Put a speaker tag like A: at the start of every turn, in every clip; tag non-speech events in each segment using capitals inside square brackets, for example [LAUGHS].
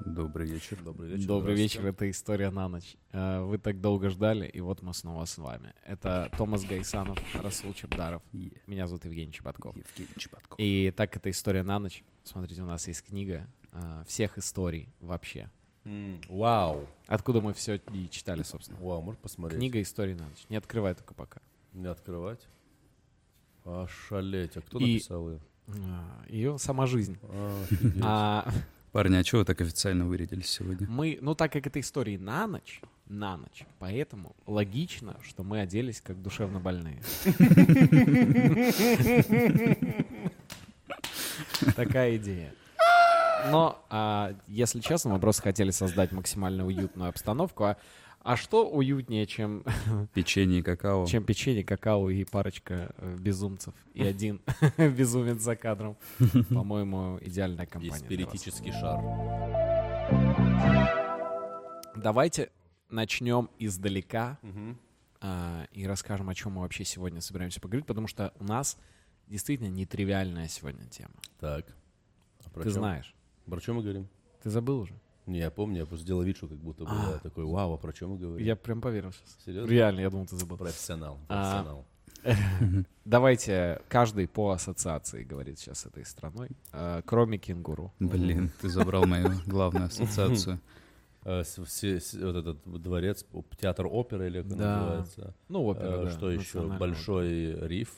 A: Добрый вечер.
B: Добрый вечер.
C: Добрый
B: Здравствуйте.
C: вечер, это «История на ночь». Э, Вы так долго ждали, и вот мы снова с вами. Это Томас Гайсанов, Расул Чебдаров.
B: Е-
C: Меня зовут Евгений Чеботков.
B: Евгений Чеботков.
C: И так, это «История на ночь». Смотрите, у нас есть книга э, всех историй вообще.
B: М,
A: Вау.
C: Откуда мы все и читали, собственно.
A: Вау, можешь посмотреть?
C: Книга «История на ночь». Не открывай только пока.
A: Не открывать. Ошалеть. А кто
C: И-
A: написал ее?
C: А, Ее сама жизнь.
A: Офигеть.
C: А,
B: Парни, а чего вы так официально вырядились сегодня?
C: мы, ну так как это истории на ночь, на ночь, поэтому логично, что мы оделись как душевно больные. Такая идея. Но, а, если честно, мы просто хотели создать максимально уютную обстановку. А, а что уютнее, чем,
A: Ну.
B: Печенье и какао.
C: чем печенье, какао и парочка э, безумцев? И один [LAUGHS] безумец за кадром. По-моему, идеальная компания.
A: Есть
C: для вас.
A: спиритический шар.
C: Давайте начнем издалека
A: Мгм.
C: а, и расскажем, о чем мы вообще сегодня собираемся поговорить, потому что у нас действительно нетривиальная сегодня тема.
A: Так. А про
C: Ты
A: чем?
C: знаешь.
A: Про чем мы говорим?
C: Ты забыл уже?
A: Не, я помню, я просто сделал вид, что как будто бы я
C: А.
A: такой, вау, а про чем мы говорим?
C: Я прям поверил сейчас.
A: Серьезно?
C: Реально, я думал, ты забыл.
A: Профессионал.
C: А.
A: Профессионал.
C: Давайте каждый по ассоциации говорит сейчас с этой страной, а, кроме кенгуру.
B: Блин, ты забрал мою главную ассоциацию.
A: Э, с- все- с- вот этот дворец, оп- театр оперы или как он
C: Да.
A: называется.
C: Ну, опера,
A: Э,
C: да,
A: Что еще?
C: национальная
A: Большой риф.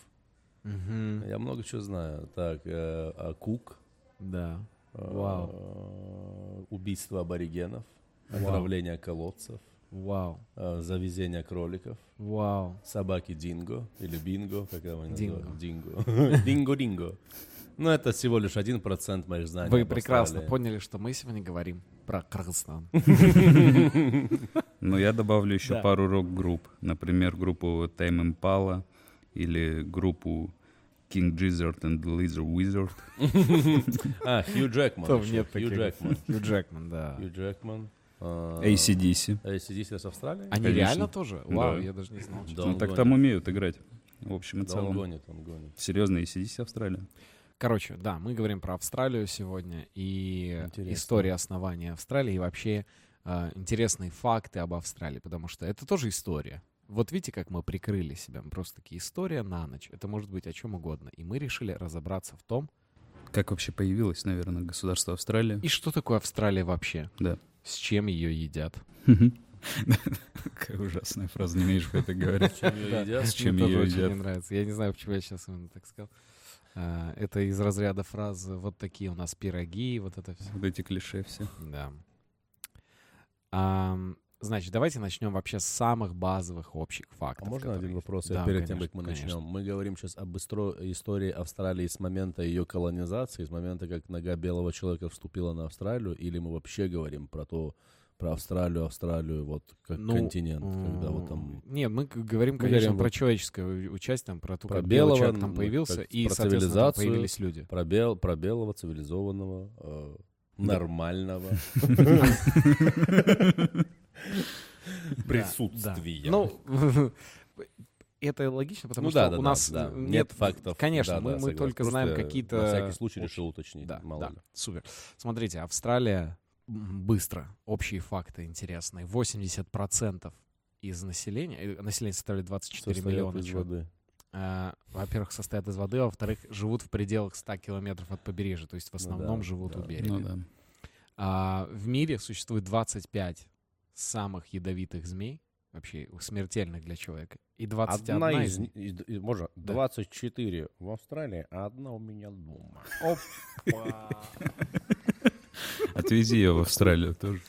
C: опера. Мгм,
A: Я много чего знаю. Так, э, а Кук.
C: Да.
A: Э, Убийство аборигенов,
C: Вау.
A: отравление колодцев,
C: Вау.
A: э, завезение кроликов,
C: Вау.
A: собаки динго или бинго, как его они
C: Динго.
A: называют? Динго. [LAUGHS] Динго-динго. Ну, это всего лишь 1% моих знаний.
C: Вы
A: об
C: прекрасно
A: Австралии.
C: поняли, что мы сегодня говорим про Кыргызстан.
B: Но Ну, я добавлю еще
C: Да.
B: пару рок-групп. Например, группу Time Impala или группу King Gizzard and the Lizard Wizard.
A: А, Хью Джекман.
C: Там
A: еще.
C: нет
A: Хью
C: таких. [LAUGHS]
A: Джекман.
C: Хью Джекман, да.
A: Хью Джекман. А,
B: ACDC.
A: ACDC это с Австралии?
C: Они
B: Конечно.
C: реально тоже? Вау,
B: Да.
C: я даже не знал.
A: Да,
B: Ну
A: он
B: так
A: гонит.
B: там умеют играть. В общем и
A: Да, он
B: целом.
A: гонит, он гонит.
B: Серьезно, ACDC Австралия.
C: Короче, да, мы говорим про Австралию сегодня и
A: Интересно.
C: история основания Австралии и вообще э, интересные факты об Австралии, потому что это тоже история. Вот видите, как мы прикрыли себя. Мы просто такие история на ночь. Это может быть о чем угодно. И мы решили разобраться в том,
B: Как вообще появилось, наверное, государство Австралия?
C: и что такое Австралия вообще.
B: Да.
C: С чем ее едят.
B: [LAUGHS] Какая ужасная фраза, ненавижу, это говорить.
C: [LAUGHS]
A: Чем её едят?
C: С
B: чем
C: Мне тоже
B: её
C: очень
B: едят.
C: не нравится. Я не знаю, почему я сейчас именно так сказал. А, Это из разряда фраз «вот такие у нас пироги», вот это все.
B: Вот эти клише все.
C: Да. Ам, значит, давайте начнем вообще с самых базовых общих
A: А
C: фактов.
A: можно
C: которые
A: один
C: есть?
A: вопрос
C: Да,
A: перед тем,
C: конечно,
A: как мы
C: конечно.
A: начнем? Мы говорим сейчас об истро- истории Австралии с момента ее колонизации, с момента, как нога белого человека вступила на Австралию, или мы вообще говорим про то, про Австралию, Австралию, вот как
C: Ну,
A: континент, когда вот
C: м,
A: там...
C: Нет, мы к- говорим,
A: Мы
C: конечно,
A: говорим
C: про
A: вот-
C: человеческое у- участие, там, про то,
A: про
C: как белый
A: белого,
C: человек там
A: ну,
C: появился,
A: как
C: и,
A: про
C: соответственно, там
A: цивилизацию.
C: появились люди.
A: Про, бел- про белого, цивилизованного, э,
C: [LAUGHS]
A: нормального присутствия.
C: Ну, [LAUGHS] это логично, потому
A: Ну
C: что
A: да, да,
C: у
A: да,
C: нас
A: да.
C: э,
A: нет фактов.
C: Конечно,
A: Да,
C: мы,
A: да,
C: мы
A: согласен.
C: только
A: Просто
C: знаем
A: я
C: какие-то...
A: На всякий случай
C: общие-
A: решил уточнить,
C: Да,
A: мало
C: да,
A: ли.
C: супер. Смотрите, Австралия м, быстро. Общие факты интересные. 80% из населения, э, население составляет 24
A: Состоят
C: миллиона
A: из
C: человек,
A: воды.
C: э, во-первых, состоят из воды, а во-вторых, живут в пределах 100 километров от побережья, то есть в
A: Ну да,
C: основном живут
A: да.
C: у берега.
B: Ну да.
C: А, в мире существует 25 самых ядовитых змей, вообще смертельных для человека, и 21
A: Одна
C: из
A: из,
C: них.
A: из- из- можно 24 в Австралии, а одна у меня дома.
B: Отвези ее в Австралию тоже.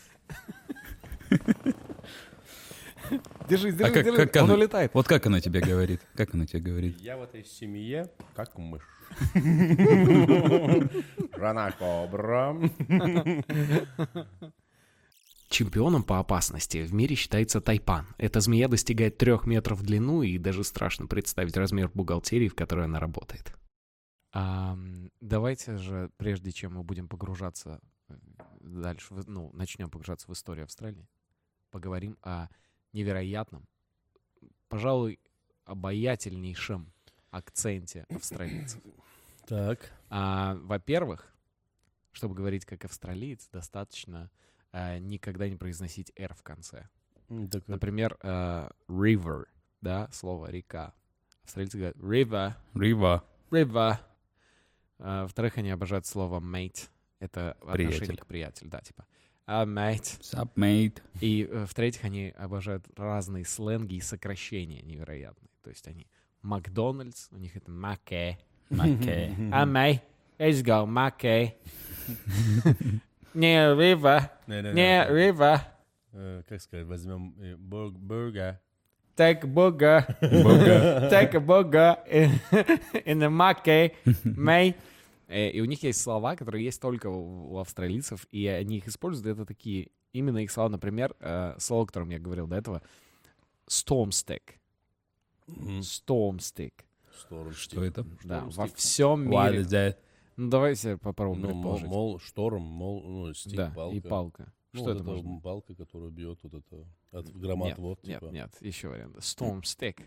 C: Держись,
B: А
C: держись,
B: как-
C: держись,
B: как она-
C: он улетает.
B: Вот как она тебе говорит? Как она тебе говорит?
A: Я в этой семье как мышь.
C: [LAUGHS]
A: Рана кобра.
C: Чемпионом по опасности в мире считается тайпан. Эта змея достигает трех метров в длину, и даже страшно представить размер бухгалтерии, в которой она работает. давайте же, прежде чем мы будем погружаться э, дальше, в- ну, начнем погружаться в историю Австралии, поговорим о невероятном, пожалуй, обаятельнейшем акценте австралийцев.
A: Так.
C: А, во-первых, чтобы говорить как австралиец, достаточно э, никогда не произносить R в конце.
A: М, так, э,
C: Например, э, river, да, слово река. Австралийцы говорят river,
B: Рива.
C: river. Э, Во-вторых, они обожают слово mate. Это отношение
B: Приятель.
C: к приятелю, да, типа. А, mate.
B: Sup, mate.
C: И, э, в-третьих, они обожают разные сленги и сокращения невероятные. То есть они Макдональдс, у них это Маке.
B: Маке.
C: А мэй, let's go, Маке. Не, Рива,
A: не-не-не,
C: не,
A: это,
C: Рива,
A: э, Как сказать, возьмем э, бург- бургер.
C: take burger, take a burger in, in the Маке, Мэй. Э, И у них есть слова, которые есть только у у австралийцев, и они их используют. Это такие, именно их слова, например, э, слово, о котором я говорил до этого, stormstick.
A: Мгм.
C: Stormstick.
A: Шторм
B: [LAUGHS] Что это?
C: Да,
A: Stormstick.
C: во всем
B: What
C: мире.
B: is that?
C: Ну, давайте попробуем
A: Ну, мол,
C: предположить.
A: мол, шторм, мол, ну, стик,
C: да,
A: палка.
C: и палка.
A: Ну,
C: Что
A: вот
C: это может быть?
A: палка, которая бьет вот это от громад вот,
C: нет,
A: типа.
C: нет, еще вариант. Stormstick.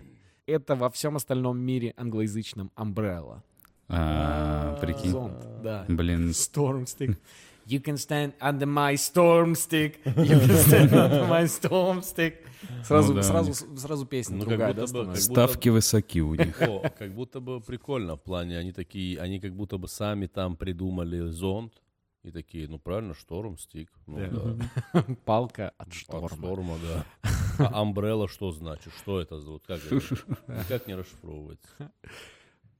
C: Это во всем остальном мире англоязычном umbrella.
B: А, Прикинь.
C: Зонт, да.
B: Блин,
C: Stormstick. You can stand under my stormstick. You can stand under my stormstick. Сразу,
B: Ну да,
C: сразу,
B: у
C: сразу песня
A: Ну, как
C: другая,
A: будто
C: да,
A: бы,
C: становится?
A: как будто-
B: ставки высоки у них.
A: О, как будто бы прикольно в плане, они такие, они как будто бы сами там придумали зонт и такие, ну правильно, шторм, стик, ну [LAUGHS] да,
C: Палка от
A: от
C: шторма.
A: шторма,
C: [LAUGHS]
A: да. А амбрелла что значит? Что это? за- Вот как, это? как не расшифровывать?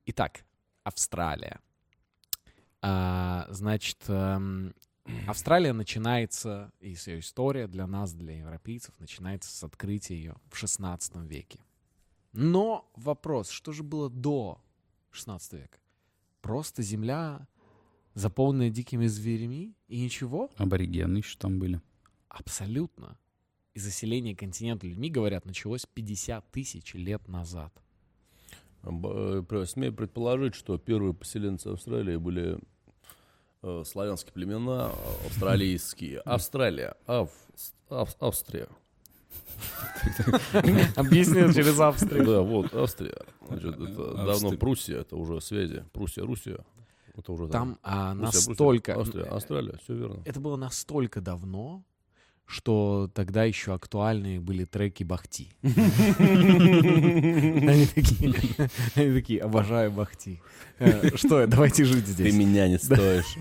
C: Итак, Австралия. А, значит, [CLEARS THROAT] эм, Австралия начинается, и вся история для нас, для европейцев, начинается с открытия ее в 16 веке. Но вопрос, что же было до 16 века? Просто земля, заполненная дикими зверями, и ничего?
B: [LAUGHS] Аборигены еще там были.
C: Абсолютно. И заселение континента людьми, говорят, началось 50 тысяч лет назад.
A: Б- э, пр- Смею предположить, что первые поселенцы Австралии были э, славянские племена, э, австралийские. Австралия, Ав- Ав- Австрия.
C: Объяснил через [LAUGHS] Австрию.
A: Да, вот, Австрия. Значит, это давно
B: Австрия.
A: Пруссия, это уже связи. Пруссия, Руссия. Это уже
C: Там а,
A: Пруссия, Пруссия,
C: настолько...
A: Австрия, Австралия, все верно.
C: это было настолько давно, что тогда еще актуальные были треки Бахти. Они такие, они такие, обожаю Бахти. Э, Что, я, давайте жить здесь.
A: меня [LAUGHS] не стоишь.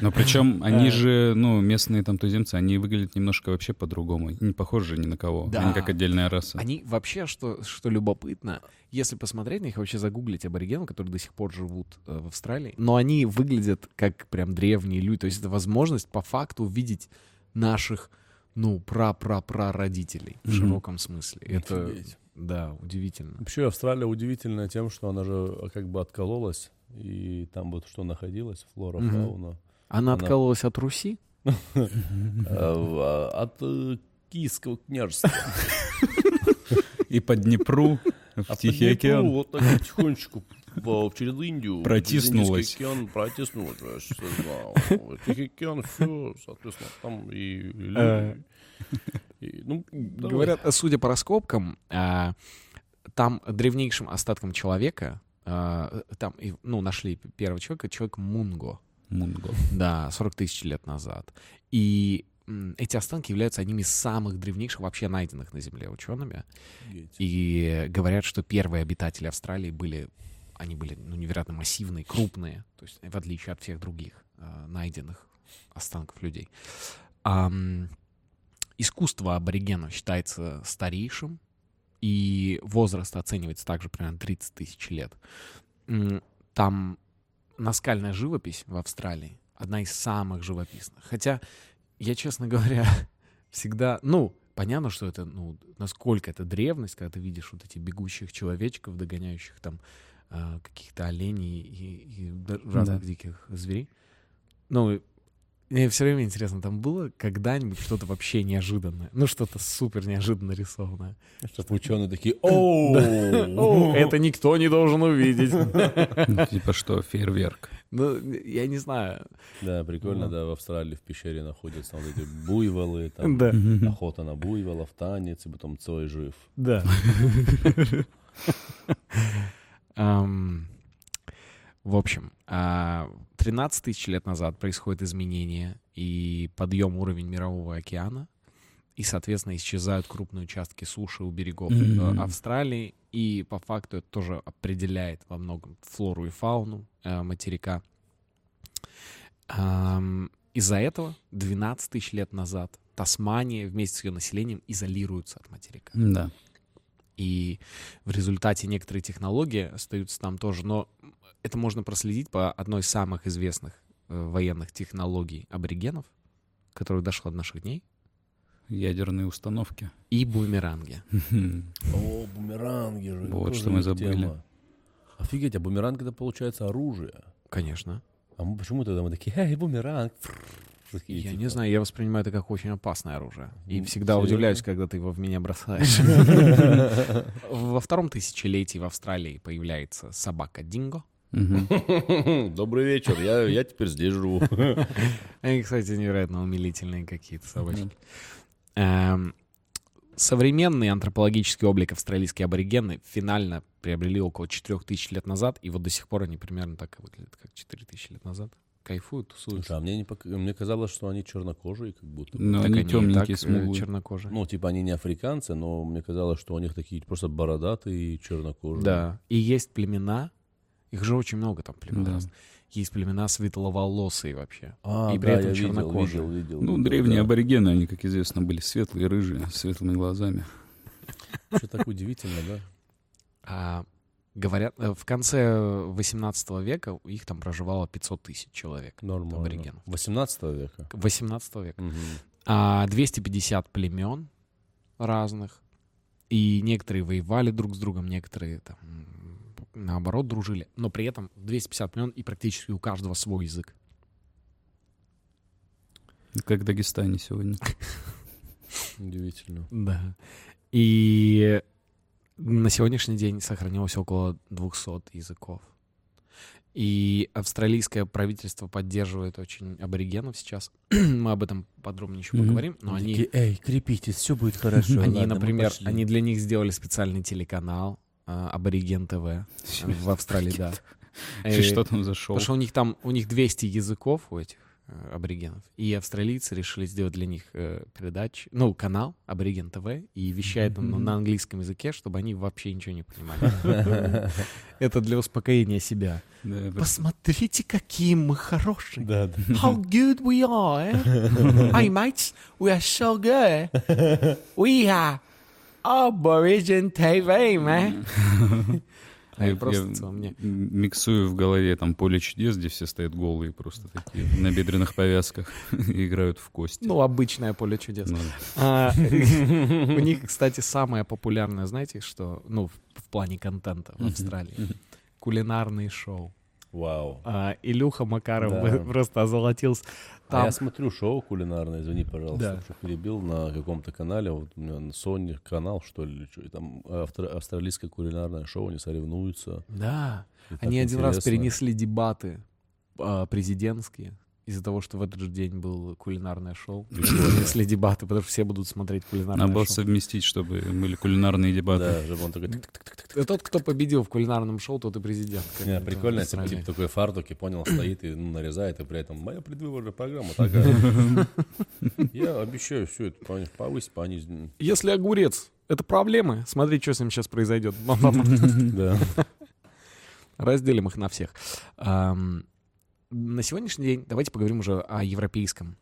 B: Но причем они
C: Э.
B: же, ну, местные там туземцы, они выглядят немножко вообще по-другому. Не похожи ни на кого.
C: Да.
B: Они как отдельная раса.
C: Они вообще, что, что любопытно, если посмотреть на них, вообще загуглить аборигенов, которые до сих пор живут э, в Австралии, но они выглядят как прям древние люди. То есть это возможность по факту увидеть наших, ну, пра-пра-пра-родителей в
B: Мгм.
C: широком смысле. Это,
A: Офигеть.
C: да, удивительно.
A: [LAUGHS] Вообще Австралия удивительная тем, что она же э, как бы откололась. И там вот что находилось, флора,
C: Мгм.
A: фауна.
C: Она
A: Она-
C: откололась от Руси?
A: Э, в- а, от э, Киевского княжества.
B: И по Днепру, в
A: А по
B: Тихий
A: Днепру [LAUGHS]
B: океан.
A: Вот так вот тихонечку по- через Индию.
B: Протиснулась.
A: через Индийский океан протиснулась. да, щас я знал. Вот Тихий океан, все, соответственно, там и... и люди. И, ну, давай.
C: Говорят, судя по раскопкам, а, там древнейшим остатком человека, а, там, и, ну, нашли п- первого человека, человек Мунго,
B: Мунго.
C: да, 40 тысяч лет назад. И м, эти останки являются одними из самых древнейших вообще найденных на Земле учеными.
A: Офигеть.
C: И говорят, что первые обитатели Австралии были, они были ну, невероятно массивные, крупные, то есть в отличие от всех других э, найденных останков людей. Ам, искусство аборигенов считается старейшим, и возраст оценивается также примерно 30 тысяч лет. М, Там наскальная живопись в Австралии одна из самых живописных. Хотя, я, честно говоря, [LAUGHS] всегда, ну, понятно, что это, ну, насколько это древность, когда ты видишь вот эти бегущих человечков, догоняющих там э, каких-то оленей и, и д- разных
B: Да.
C: диких зверей. Ну, и мне все время интересно, там было когда-нибудь что-то вообще неожиданное? Ну, что-то супер неожиданно рисованное.
A: Чтоб ученые такие, оу,
C: О, это никто не должен увидеть. [LAUGHS]
B: Ну, Типа что, фейерверк.
C: Ну, я не знаю.
A: Да, прикольно,
C: Вот.
A: да, в Австралии в пещере находятся вот [LAUGHS] эти буйволы, там,
C: Да,
A: охота на буйволов, танец, и потом Цой жив.
C: да. Ам, В общем, а, 13 тысяч лет назад происходит изменение, и подъем уровень мирового океана, и, соответственно, исчезают крупные участки суши у берегов
B: Мгм.
C: э, Австралии, и по факту это тоже определяет во многом флору и фауну э, материка. Ам, Из-за этого 12 тысяч лет назад Тасмания вместе с ее населением изолируется от материка.
B: Да.
C: И в результате некоторые технологии остаются там тоже. Но это можно проследить по одной из самых известных э, военных технологий аборигенов, которая дошла до наших дней,
B: Ядерные установки.
C: и бумеранги.
A: О, бумеранги же.
B: Вот
A: тоже
B: что мы
A: их
B: забыли.
A: тема. Офигеть, а бумеранг это получается оружие.
C: Конечно.
A: А мы почему тогда мы такие, эй, бумеранг. [LAUGHS] Такие,
C: Я
A: типа,
C: не знаю, я воспринимаю это как очень опасное оружие. И
A: М,
C: всегда
A: серьезно?
C: удивляюсь, когда ты его в меня бросаешь. [LAUGHS] Во втором тысячелетии в Австралии появляется собака Динго.
B: Мгм.
A: [LAUGHS] Добрый вечер, я, я теперь здесь живу.
C: Они, кстати, невероятно умилительные какие-то собачки. Эм, Современный антропологический облик австралийские аборигены финально приобрели около 4000 лет назад, и вот до сих пор они примерно так и выглядят, как 4000 лет назад. Кайфуют,
A: [LAUGHS] Слушай,
C: тусуются.
A: [LAUGHS] а мне, не пок- мне казалось, что они чернокожие как будто.
B: Но
C: Так
B: Ну, они
C: и
B: темненькие,
C: так, э,
B: смуглые.
C: чернокожие.
A: Ну, типа они не африканцы, но мне казалось, что у них такие просто бородатые и чернокожие.
C: Да. И есть племена, их же очень много там племен.
B: Да.
C: разных. Есть племена светловолосые вообще.
A: А,
C: И
A: да,
C: при этом
A: я видел,
C: чернокожие.
A: видел, видел,
B: Ну,
A: видел,
B: древние
A: да.
B: аборигены, они, как известно, были светлые, рыжие, с светлыми глазами.
A: Что так удивительно,
C: [LAUGHS]
A: да?
C: А, говорят, э, в конце 18 века их там проживало 500 тысяч человек.
A: Нормально.
C: Аборигенов.
A: 18 века.
C: 18 века.
A: Мгм.
C: а, 250 племен разных. И некоторые воевали друг с другом, некоторые там, м, наоборот дружили. Но при этом 250 племен, и практически у каждого свой язык.
B: Как в Дагестане сегодня.
C: [LAUGHS]
A: Удивительно.
C: Да. И на сегодняшний день сохранилось около 200 языков. И австралийское правительство поддерживает очень аборигенов сейчас. [CLEARS THROAT] Мы об этом подробнее еще
B: Мгм.
C: поговорим. Но они...
A: Ну, Такие, Эй, крепитесь, все будет
C: [LAUGHS]
A: хорошо.
C: Они,
A: Ладно, мы
C: например,
A: пошли».
C: они для них сделали специальный телеканал а, Абориген ТВ в Австралии, да. [LAUGHS] Э,
B: Что там за шоу?
C: Потому что у них там, у них 200 языков у этих э, аборигенов. И австралийцы решили сделать для них э, передач, ну, канал Абориген ТВ, и вещает он на- на английском языке, чтобы они вообще ничего не понимали. [LAUGHS] Это для успокоения себя.
B: Да, да.
C: Посмотрите, какие мы хорошие.
A: [LAUGHS] Да, да.
C: How good we are, eh? [LAUGHS] Hi, mates. We are so good. We are Aborigin TV, man. А я просто целом мне.
B: м- миксую в голове там поле чудес, где все стоят голые просто такие, на бедренных повязках, [LAUGHS] и играют в кости.
C: Ну, обычное поле чудес.
B: Ну,
A: [LAUGHS]
C: А, У них, кстати, самое популярное, знаете, что, ну, в- в плане контента в Австралии. Кулинарные шоу.
A: Вау.
C: А, Илюха Макаров
A: Да.
C: [LAUGHS] просто озолотился.
A: А
C: Там
A: я смотрю шоу кулинарное, извини, пожалуйста,
C: Да.
A: что перебил на каком-то канале, вот у меня на Sony канал, что ли, или чё, и там автор- австралийское кулинарное шоу, они соревнуются.
C: Да.
A: И так
C: Они один раз
A: интересно.
C: перенесли дебаты а, президентские из-за того, что в этот же день было кулинарное шоу. Перенесли дебаты, потому что все будут смотреть кулинарное
B: Надо было
C: шоу.
B: совместить, чтобы были кулинарные
C: [LAUGHS]
B: дебаты.
A: Да, чтобы он такой... тык-тык-тык-тык.
C: Да Тот, кто победил в кулинарном шоу, тот и президент. как
A: Не,
C: это
A: Прикольно,
C: в
A: если бы
C: Австралии.
A: тип такой фартуки, понял, стоит и ну, нарезает, и при этом моя
C: [LAUGHS]
A: предвыборная программа такая. Я обещаю все это по- повысить, понизить.
C: Если огурец, это проблемы. Смотри, что с ним сейчас произойдет. [LAUGHS]
A: Да.
C: Разделим их на всех. Ам, На сегодняшний день давайте поговорим уже о европейском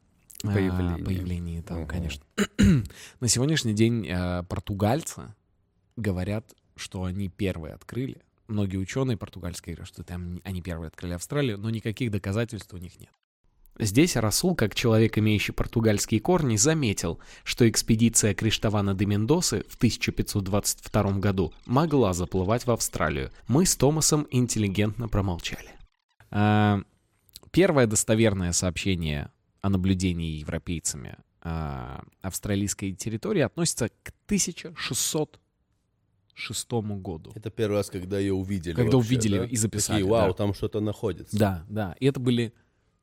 C: а,
B: Появлении.
C: появлении там,
A: Мгм.
C: конечно. [CLEARS THROAT] На сегодняшний день э, португальцы говорят, что они первые открыли. Многие ученые португальские говорят, что там они первые открыли Австралию, но никаких доказательств у них нет. Здесь Расул, как человек, имеющий португальские корни, заметил, что экспедиция Криштавана де Мендосы в 1522 году могла заплывать в Австралию. Мы с Томасом интеллигентно промолчали. А, Первое достоверное сообщение о наблюдении европейцами а, австралийской территории относится к 1606 году.
A: Это первый раз, когда ее увидели.
C: Когда увидели и записали,
A: Такие, вау,
C: да.
A: там что-то находится.
C: Да, да. И это были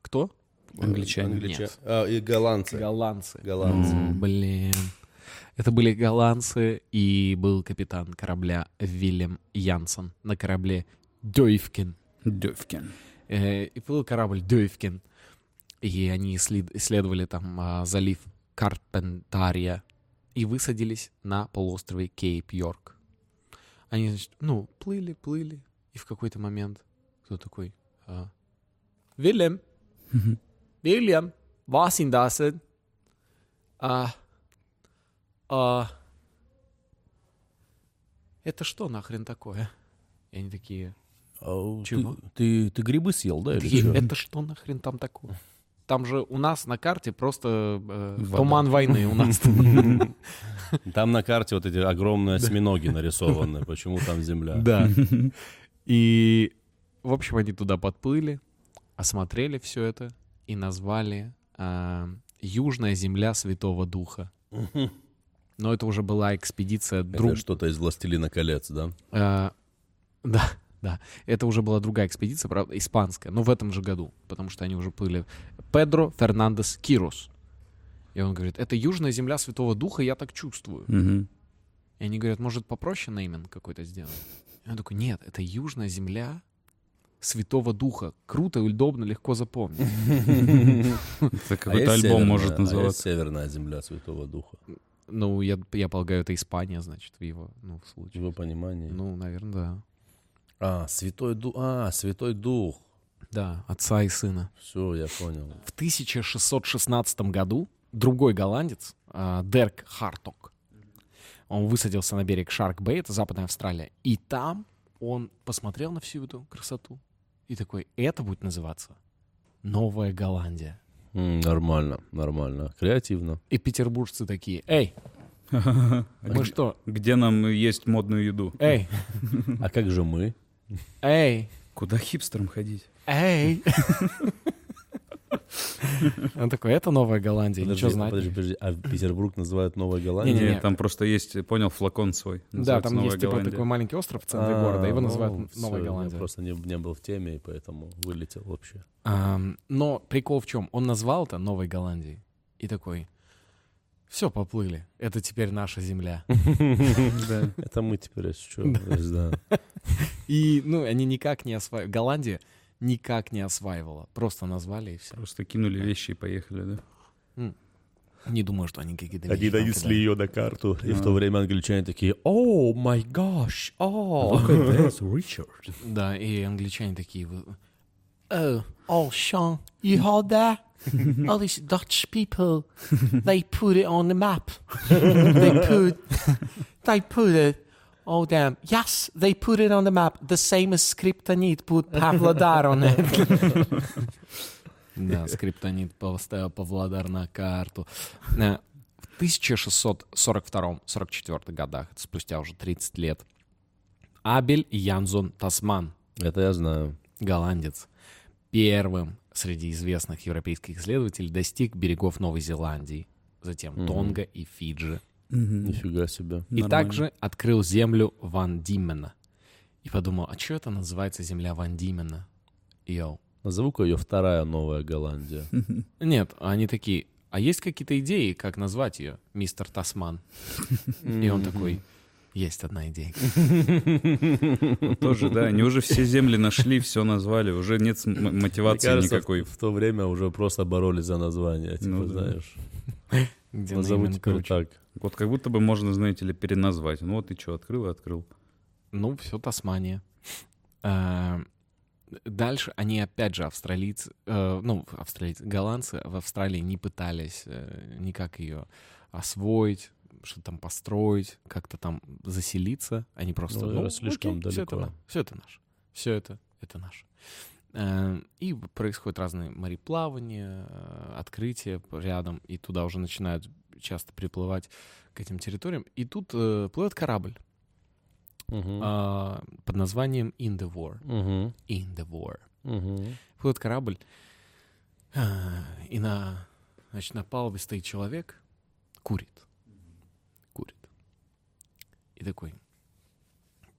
C: кто?
B: Англичане.
A: Англича-
C: Нет.
A: А, и голландцы.
C: Голландцы.
A: Голландцы.
B: Мгм.
C: Блин. Это были голландцы, и был капитан корабля Вильям Янсен на корабле Дойфкин.
B: Дёвкин.
C: Э, И плыл корабль Дойфкин. И они исслед- исследовали там а, залив Карпентария и высадились на полуострове Кейп-Йорк. Они, значит, ну, плыли, плыли, и в какой-то момент кто такой? а, Вильям, Вильям, вас индасет. А, а, это что нахрен такое? И они такие,
A: А, ты-
C: Чего?
A: Ты, ты, грибы съел, да?
C: [LAUGHS]
A: Или
C: Такие,
A: чё?
C: это что нахрен там такое? Там же у нас на карте просто э,
B: Вода.
C: туман войны у
A: [LAUGHS]
C: нас.
A: Там на карте вот эти
C: [LAUGHS]
A: огромные осьминоги нарисованы. Почему там земля?
C: Да. И, в общем, они туда подплыли, осмотрели все это и назвали э, Южная земля Святого Духа. Но это уже была экспедиция друг...
A: Это что-то из «Властелина колец», да?
C: Э, Да, [LAUGHS] да. Это уже была другая экспедиция, правда, испанская, но в этом же году, потому что они уже плыли. Педро Фернандес Кирос. И он говорит, это южная земля Святого Духа, я так чувствую.
B: Мгм.
C: И они говорят, может, попроще нейминг какой-то сделать? И он такой, нет, это южная земля Святого Духа. Круто, удобно, легко запомнить.
B: Это
A: А есть
B: какой-то альбом
A: северная-
B: может
A: а есть
B: называться.
A: Северная земля Святого Духа.
C: Ну, я, я полагаю, это Испания, значит, в его ну, в
A: В
C: случае.
A: его понимании.
C: Ну, наверное,
A: А, Святой Дух. А, Святой Дух.
C: да. Да, отца и сына.
A: Все, я понял.
C: В 1616 году другой голландец, а, Дерк Харток, он высадился на берег Шарк-Бэй, это Западная Австралия, и там он посмотрел на всю эту красоту и такой, это будет называться Новая Голландия.
A: М, Нормально, нормально. Креативно.
C: И петербуржцы такие, эй, мы что,
B: Где нам есть модную еду?
C: эй,
A: А как же мы?
C: эй,
B: Куда хипстерам ходить?
C: эй. Он такой, это Новая Голландия, ничего знать. не
A: подожди, подожди. А Петербург называют Новой Голландией?
C: Не-не-не.
B: Не, там просто есть, понял, флакон свой.
C: Да,
B: называется
C: там
B: «Новая
C: есть типа
B: Голландия».
C: такой маленький остров в центре
A: А,
C: города, его
A: ну,
C: называют Новая
A: всё, я
C: Голландия.
A: просто не, не был в теме, и поэтому вылетел [LAUGHS] вообще.
C: Ам, но прикол в чем? Он назвал это Новой Голландией и такой. Все, поплыли. Это теперь наша земля.
B: [LAUGHS] Да.
A: Это мы теперь, если что. то есть, да.
C: И, ну, они никак не осваивали. Голландия никак не осваивала. Просто назвали и все.
B: Просто кинули вещи и поехали, да?
C: Не думаю, что они какие-то
A: Они
C: вещи там
A: нанесли
C: кидали.
A: ее на карту. И в то
B: А.
A: время англичане такие, о, май гаш, о. [LAUGHS]
C: Да, и англичане такие... вы- Oh, oh, Sean, you heard [LAUGHS] that? All these Dutch people, they put it on the map. They put, they put it. Oh damn! Yes, they put it on the map. The same as Skryptonite put Pavlodar on it. Да, Скриптонит поставил Павлодар на карту. Э, В 1642-44 годах, спустя уже 30 лет, Абель Янзон Тасман
A: Это я знаю.
C: голландец, первым среди известных европейских исследователей достиг берегов Новой Зеландии, затем
A: Мгм.
C: Тонга и Фиджи,
A: Нифига себе.
C: и также открыл землю Ван Димена. И подумал, а что это называется земля Ван Димена? Йоу.
A: Назову-ка ее вторая Новая Голландия.
C: Нет, они такие, а есть какие-то идеи, как назвать ее, мистер Тасман? И он такой, есть одна идея.
B: Тоже, да. Они уже все земли нашли, все назвали. Уже нет с-
C: [LAUGHS]
B: м-
A: Мне
B: мотивации
A: кажется,
B: никакой.
A: В, в то время уже просто боролись за название, типа,
B: Ну да.
A: знаешь.
C: Где
A: Назову
C: нейминг
A: теперь
C: круче.
A: так.
B: Вот как будто бы можно, знаете ли, переназвать. Ну вот и что, открыл и открыл.
C: Ну, все Тасмания. А, Дальше они опять же австралийцы, э, ну, австралийцы, голландцы в Австралии не пытались э, никак ее освоить, что-то там построить, как-то там заселиться. Они просто,
A: Ну,
C: ну,
A: раз слишком
C: Все это,
A: далеко.
C: на- всё это наше. Все это, это наше. Э, И происходят разные мореплавания, э, открытия рядом, и туда уже начинают часто приплывать к этим территориям. И тут э, плывет корабль
A: Мгм.
C: а, под названием In the War.
A: Мгм.
C: In the War.
A: Мгм.
C: Плывет корабль, а, и на, значит, на палубе стоит человек, курит. Курит. И такой,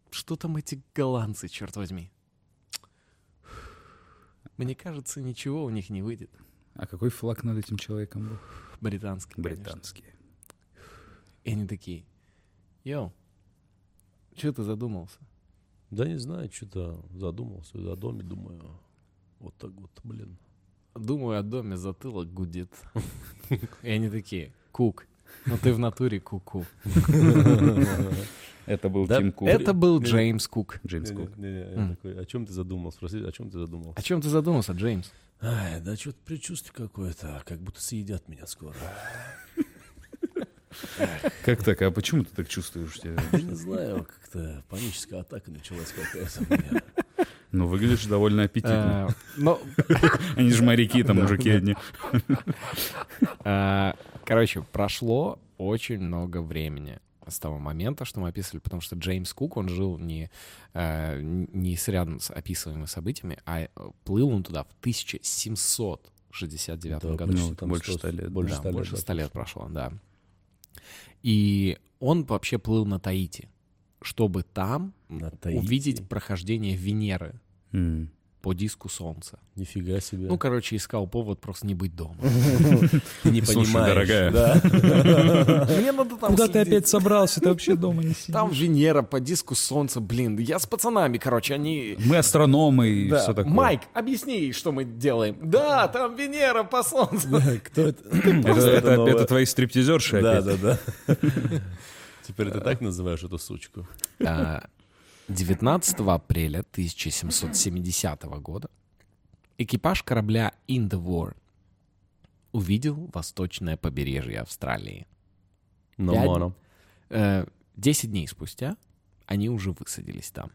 C: что там эти голландцы, черт возьми? Мне кажется, ничего у них не выйдет.
B: А какой флаг над этим человеком был?
C: Британский, конечно.
B: Британский.
C: И они такие, йоу, что ты задумался?
A: Да не знаю, что-то задумался, за доме думаю. Вот так вот, блин.
C: думаю о доме, затылок гудит. [LAUGHS] И они такие, кук. Ну ты в натуре куку.
B: Это был
A: Да,
B: Тим Кук.
C: Это был Джеймс Кук.
B: Джеймс Кук.
C: Мгм.
A: такой, о чем ты задумал? Спроси, о чем ты задумал?
C: О чем ты задумался, Джеймс?
B: А
A: Ай, да что-то предчувствие какое-то, как будто съедят
B: [LAUGHS]
A: меня скоро.
B: Как так? А почему ты так чувствуешь себя?
A: Да не знаю, как-то паническая атака началась какая-то у
B: [LAUGHS]
A: меня.
B: Ну, выглядишь
C: [LAUGHS]
B: довольно аппетитно.
C: Э, Но
B: Они же моряки,
C: [LAUGHS]
B: там мужики одни.
C: А, Короче, прошло очень много времени с того момента, что мы описывали, потому что Джеймс Кук, он жил не, а, не с- рядом с описываемыми событиями, а э, плыл он туда в 1769
A: Да,
C: году.
A: блин,
B: Ну,
A: там
B: больше
A: сто-
B: ста лет,
A: Больше
C: Да,
A: ста лет.
C: больше
A: да.
C: 100 лет прошло, да. И он вообще плыл на Таити, чтобы там
A: На Таити?
C: увидеть прохождение Венеры
B: М.
C: по диску Солнца.
A: Нифига себе.
C: Ну, короче, искал повод просто не быть дома.
A: ты
B: [LAUGHS]
A: не
B: Слушай, дорогая.
A: Да.
C: [LAUGHS] Мне надо там
D: Куда ты
C: следить.
D: опять собрался? Ты вообще дома не сидишь.
C: Там Венера по диску солнца, блин. Я с пацанами, короче, они...
B: Мы астрономы и все такое.
C: Майк, объясни, ей, что мы делаем. Да, там Венера по солнцу.
A: Кто это?
B: Это,
A: Просто
B: это,
A: новое.
B: это твои стриптизерши
A: Да,
B: опять.
A: да, да. [LAUGHS] Теперь ты так называешь эту сучку?
C: 19 апреля 1770 года экипаж корабля In the War увидел восточное побережье Австралии.
A: Но
C: Пять-
A: моно.
C: Э, Десять дней спустя они уже высадились там.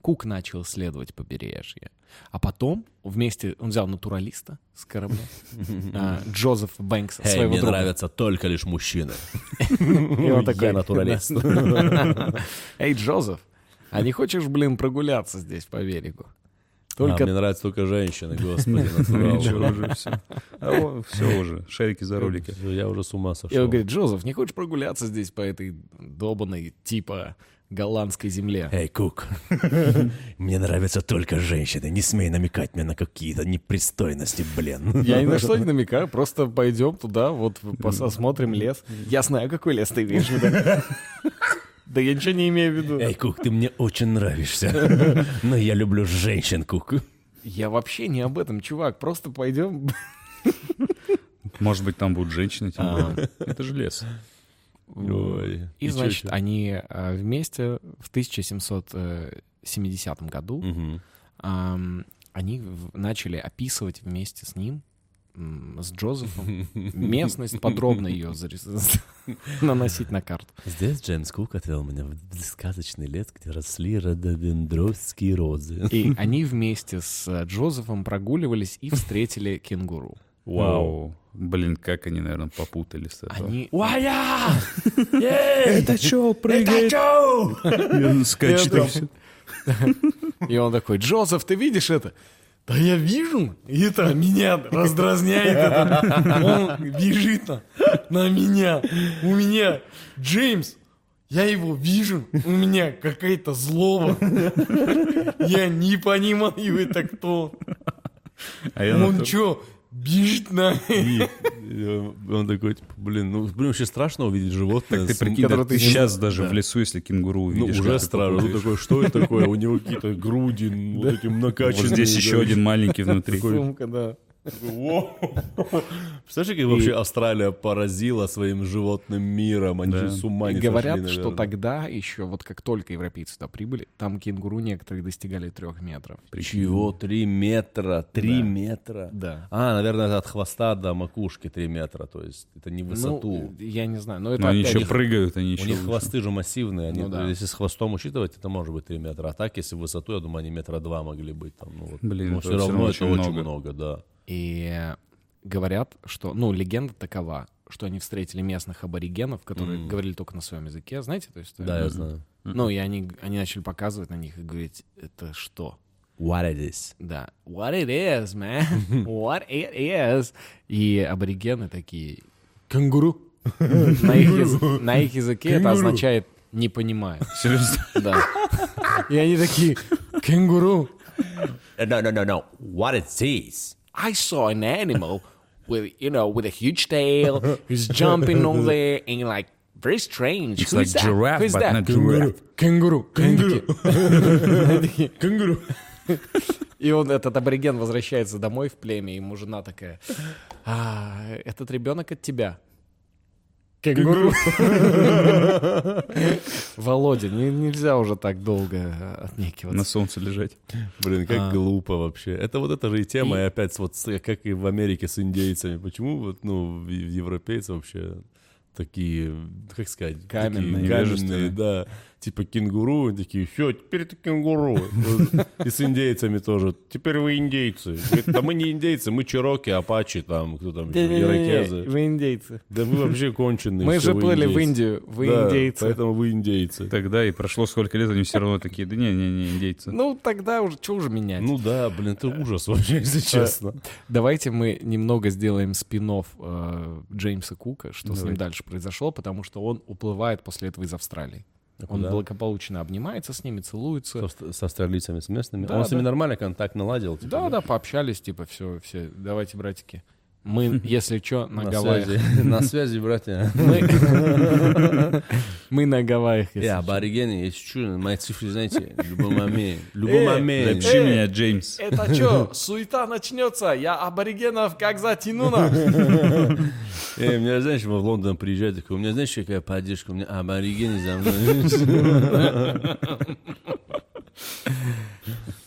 C: Кук начал исследовать побережье. А потом вместе он взял натуралиста с
A: [LAUGHS]
C: корабля, э, Джозефа Бэнкса,
A: Эй,
C: своего
A: мне
C: друга.
A: нравятся только лишь мужчины.
C: [LAUGHS] И он
A: Я
C: такой,
A: натуралист.
C: [LAUGHS]
A: [LAUGHS]
C: Эй, Джозеф, а не хочешь, блин, прогуляться здесь по берегу?
A: А, мне
C: Только
A: нравятся только женщины, господи,
B: Ну,
A: натурал.
B: ничего уже, все. все уже, шарики за ролики.
A: Я уже с
C: И
A: ума
C: он
A: сошел.
C: говорит, Джозеф, не хочешь прогуляться здесь по этой добанной типа голландской земле? [LAUGHS]
A: Эй, Кук, мне нравятся только женщины. Не смей намекать мне на какие-то непристойности, блин.
C: Я ни на что не намекаю, просто пойдем туда, вот пос- осмотрим лес. Я знаю, какой лес ты имеешь в виду. Да я ничего не имею в виду.
A: Эй, Кук, ты мне очень
C: [LAUGHS]
A: нравишься. Но я люблю женщин, Кук.
C: Я вообще не об этом, чувак, просто пойдем.
B: Может быть, там будут женщины, тем
A: А, ну.
B: более. Это же лес.
A: Ой.
C: И, значит, они э, вместе в 1770 году ам, они в- начали описывать вместе с ним, м, с
A: [LAUGHS]
C: Джозефом, местность, подробно ее зарис- [LAUGHS] наносить на карту.
A: Здесь Джеймс Кук отвел меня в сказочный лес, где росли рододендровские [LAUGHS] розы.
C: И они вместе с э, Джозефом прогуливались и встретили кенгуру.
B: Вау. Блин, как они, наверное, попутали с этого.
C: Они... [LAUGHS]
A: Уая! Это чё, прыгает?
B: Они скачут
C: Я
B: и всё.
C: И он такой, Джозеф, ты видишь это? Да я вижу, и это меня раздразняет это. Он бежит на, на меня. У меня Джеймс, я его вижу, у меня какая-то злоба. Я не понимаю, это кто.
B: А я на
C: Он
B: то-
C: что, бежит на...
A: Он такой, типа, блин, ну, блин, вообще страшно увидеть животное.
B: Ты
A: с-
B: прикинь, да
C: Который
B: ты
C: ты не-
B: сейчас даже в лесу, если кенгуру
A: Ну,
B: увидишь.
A: уже
B: как ты
A: страшно. Ну,
B: попутаешь.
A: такой, что это такое?
B: [LAUGHS]
A: У него какие-то груди, ну, вот эти
B: Вот
A: накачанные.
B: здесь
A: да,
B: еще один маленький внутри. Ну,
C: да.
A: Во! [LAUGHS] Представляешь, как вообще Австралия поразила своим животным миром? Они
B: Да.
A: же с ума не
C: Говорят,
A: сошли,
C: что
A: наверное.
C: тогда еще, вот как только европейцы туда прибыли, там кенгуру некоторые достигали трех метров.
A: Чего? Три метра? Три
C: Да.
A: метра?
C: Да.
A: А, наверное, это от хвоста до макушки три метра. То есть это не высоту.
C: Ну, я не знаю, но это
B: Но они
C: опять
B: еще
C: же-
B: прыгают, они еще...
A: У них хвосты же массивные, они,
C: Ну да.
A: если с хвостом учитывать, это может быть 3 метра. А так, если в высоту, я думаю, они метра два могли быть там. Ну, вот.
B: Блин,
A: Но
B: это
A: все
B: всё
A: равно
B: равно
A: это
B: очень
A: очень
B: много.
A: много, да.
C: И говорят, что, ну, легенда такова, что они встретили местных аборигенов, которые
A: Мгм.
C: говорили только на своем языке, знаете, то есть, э,
A: Да, я знаю.
C: ну, и они, они начали показывать на них и говорить, это что?
A: What it is?
C: Да. What it is, man? What it is? И аборигены такие... Кенгуру. На их, яз- на их языке это означает «не понимаю».
B: Серьезно?
C: Да. И они такие «Кенгуру».
A: No, no, no, no. What it is?
C: I saw an animal with you know with a huge tail who's jumping on there and like very strange.
B: It's
C: Who's
B: like
C: that?
B: giraffe,
C: Who's
B: but
C: that? [LAUGHS]
B: not giraffe.
C: Кенгуру. Кенгуру. Кенгуру. [LAUGHS] И он, этот абориген, возвращается домой в племя, и ему жена такая, «А, этот ребенок от тебя. Кенгуру. [LAUGHS] Володя, не- нельзя уже так долго
B: На
C: отнекиваться.
B: солнце лежать.
A: Блин, как
C: А.
A: глупо вообще. Это вот эта же и тема,
C: И-
A: и опять с вот с- как и в Америке с индейцами. Почему вот, ну, в- в европейцы вообще такие, как сказать, такие
C: Каменные.
A: каменные,
B: Невежественные.
A: да. Типа кенгуру, и такие, все, теперь ты кенгуру. Вот. И с индейцами тоже. Теперь вы индейцы. Говорит, Да мы не индейцы, мы чероки, апачи там, кто там, еще, ирокезы.
C: Вы индейцы.
A: Да вы вообще конченые.
C: Мы
A: все,
C: же
A: вы
C: плыли в
A: индейцы.
C: Индию, вы
A: Да,
C: индейцы.
A: поэтому вы индейцы.
B: Тогда и прошло сколько лет, они все равно такие, да не, не, не, индейцы.
C: Ну, тогда уже, что уже менять?
A: Ну да, блин, это ужас вообще, если
C: А,
A: честно.
C: Давайте мы немного сделаем спин Джеймса Кука, что с ним
B: Давайте.
C: дальше произошло, потому что он уплывает после этого из Австралии. Он
A: Куда?
C: благополучно обнимается с ними, целуется.
A: Со- С австралийцами, с местными.
C: Да,
A: он с ними
C: да.
A: нормально контакт наладил. типа,
C: Да, да, пообщались, типа, все, все, давайте, братики. Мы, если что, на,
A: На
C: Гавайях.
A: связи. [LAUGHS] На связи, братья.
C: Мы, мы на Гавайях. [LAUGHS] если
A: Я
C: чё.
A: Э, аборигены, если что, мои цифры, знаете, в
C: [LAUGHS]
A: любой момент. в
C: Э,
A: Любой момент.
B: Напиши меня, Джеймс.
C: Это что, суета начнется? Я аборигенов как затяну на...
A: Эй, у меня, знаешь, в Лондон приезжает такой, у меня, знаешь, какая поддержка, у меня аборигены за мной. [LAUGHS]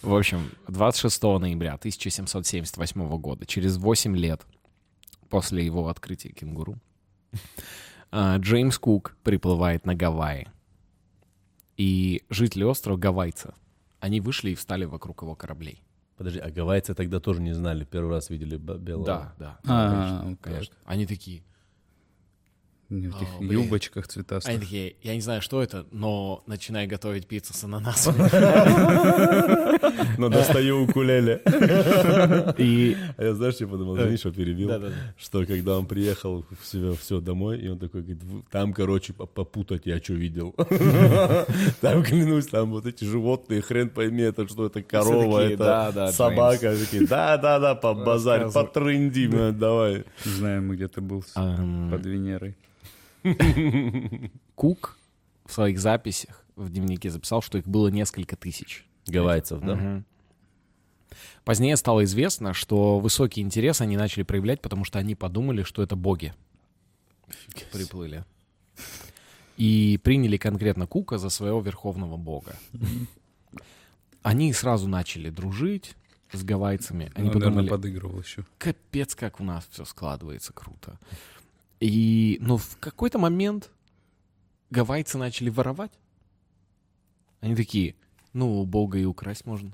C: В общем, 26 ноября 1778 года, через 8 лет после его открытия кенгуру, [LAUGHS] а, Джеймс Кук приплывает на Гавайи. И жители острова гавайцы, они вышли и встали вокруг его кораблей.
A: Подожди, а гавайцы тогда тоже не знали, первый раз видели б- белого.
C: Да, да.
B: А, вот так.
C: Конечно. Они такие,
B: Не В этих
C: блин.
B: юбочках
C: они
B: цветастых.
C: такие, я не знаю, что это, но начинай готовить пиццу с ананасом.
A: Но достаю укулеле.
C: И...
A: А я, знаешь, я подумал, извини, что перебил.
C: Да-да-да.
A: Что когда он приехал в себя все домой, и он такой говорит, «В- там, короче, по- попутать я что видел. [LAUGHS] Там, клянусь, там вот эти животные, хрен пойми, это что, это корова,
C: такие,
A: это
C: «Да-да,
A: собака. Они такие, Да-да-да, побазарь,
C: Рассказывай.
A: потрынди, ну, давай.
B: Не знаю, мы где-то был с-
C: Ам,
B: под Венерой.
C: Кук в своих записях в дневнике записал, что их было несколько тысяч.
A: Гавайцев, да?
C: Мгм. Позднее стало известно, что высокий интерес они начали проявлять, потому что они подумали, что это боги приплыли. И приняли конкретно Кука за своего верховного бога. Они сразу начали дружить с гавайцами. Они
B: Он,
C: подумали,
B: Ну, наверное, подыгрывал еще.
C: капец, как у нас все складывается круто. И, но в какой-то момент гавайцы начали воровать. Они такие, ну, у бога и украсть можно.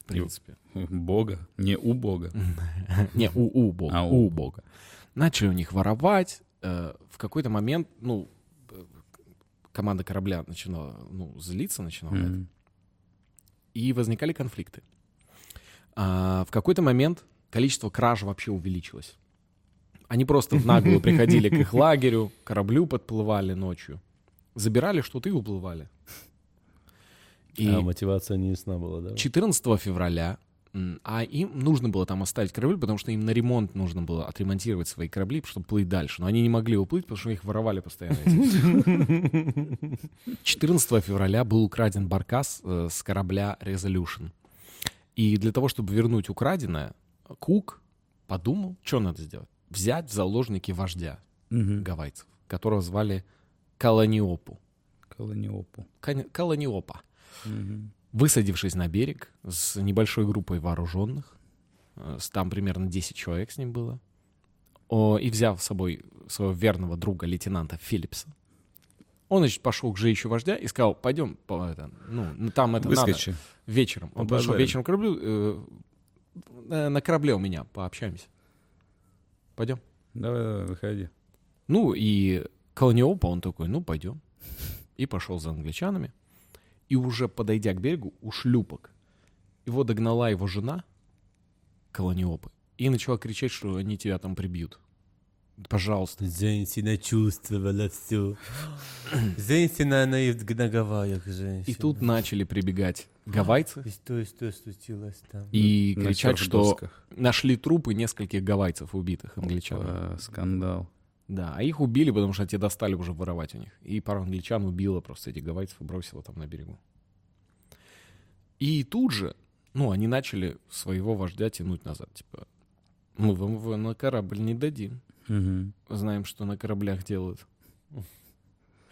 C: В принципе.
B: Бога? Не у бога.
C: Ну, Не, у, у бога.
B: А,
C: у
B: у.
C: бога. Начали у них воровать. э, В какой-то момент, ну, э, команда корабля начинала, ну, злиться начинала. на это.
B: Мгм.
C: и возникали конфликты. А, в какой-то момент количество краж вообще увеличилось. Они просто в наглую приходили к их лагерю, к кораблю подплывали ночью, забирали что-то и уплывали. И
A: А мотивация не ясна была, да?
C: 14 февраля, м, а им нужно было там оставить корабль, потому что им на ремонт нужно было отремонтировать свои корабли, чтобы плыть дальше. Но они не могли уплыть, потому что их воровали постоянно. эти. 14 февраля был украден баркас э, с корабля Resolution. И для того, чтобы вернуть украденное, Кук подумал, что надо сделать. Взять в заложники вождя
B: Мгм.
C: гавайцев, которого звали Каланиопу.
B: Колониопу.
C: Кани- Каланиопа
B: Мгм.
C: высадившись на берег с небольшой группой вооруженных, э, с- там примерно 10 человек с ним было, о, и взяв с собой своего верного друга лейтенанта Филлипса, он, значит, пошел к жилищу вождя и сказал, пойдем, по- это, ну, ну, там это надо,
B: Выскочи.
C: вечером. Он
B: Побазарим.
C: пошел вечером к кораблю, э, на на корабле у меня, пообщаемся. Пойдем.
B: Давай, давай, выходи.
C: Ну и Колониопа, он такой, ну пойдем. [LAUGHS] И пошел за англичанами. И уже подойдя к берегу, у шлюпок, его догнала его жена Колониопы и начала кричать, что они тебя там прибьют. Пожалуйста.
A: Женщина чувствовала все. Женщина, она и на Гавайях,
C: И тут начали прибегать
A: [LAUGHS]
C: гавайцы
A: Что, что случилось там?
C: и
B: На
C: кричать,
B: чёрных
C: что
B: досках.
C: нашли трупы нескольких гавайцев, убитых англичан.
B: А, Скандал.
C: Да, а их убили, потому что те достали уже воровать у них. И пара англичан убила просто этих гавайцев и бросила там на берегу. И тут же ну, они начали своего вождя тянуть назад. Типа, мы вам его на корабль не дадим.
B: Мгм.
C: Знаем, что на кораблях делают.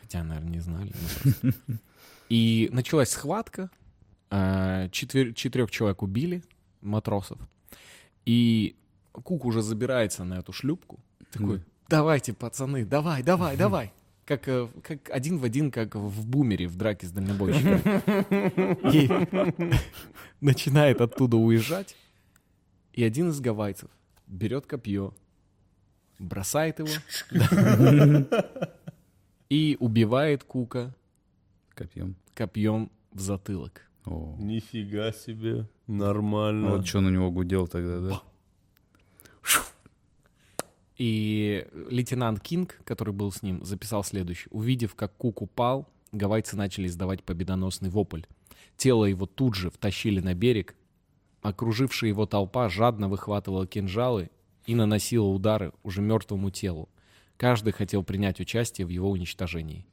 C: Хотя, наверное, не знали. ну, просто. И началась схватка. А, четвер- Четырех человек убили, матросов. И Кук уже забирается на эту шлюпку. Такой, давайте, пацаны, давай, давай, давай. Как, э, как один в один, как в бумере в драке с дальнобойщиком. И начинает оттуда уезжать. И один из гавайцев берет копье, бросает его и убивает Кука
B: Копьем.
C: копьем в затылок.
B: О.
A: Нифига себе. Нормально.
B: А Вот что на него гудел тогда, да?
C: И лейтенант Кинг, который был с ним, записал следующее. Увидев, как Кук упал, гавайцы начали издавать победоносный вопль. Тело его тут же втащили на берег. Окружившая его толпа жадно выхватывала кинжалы и наносила удары уже мертвому телу. Каждый хотел принять участие в его уничтожении.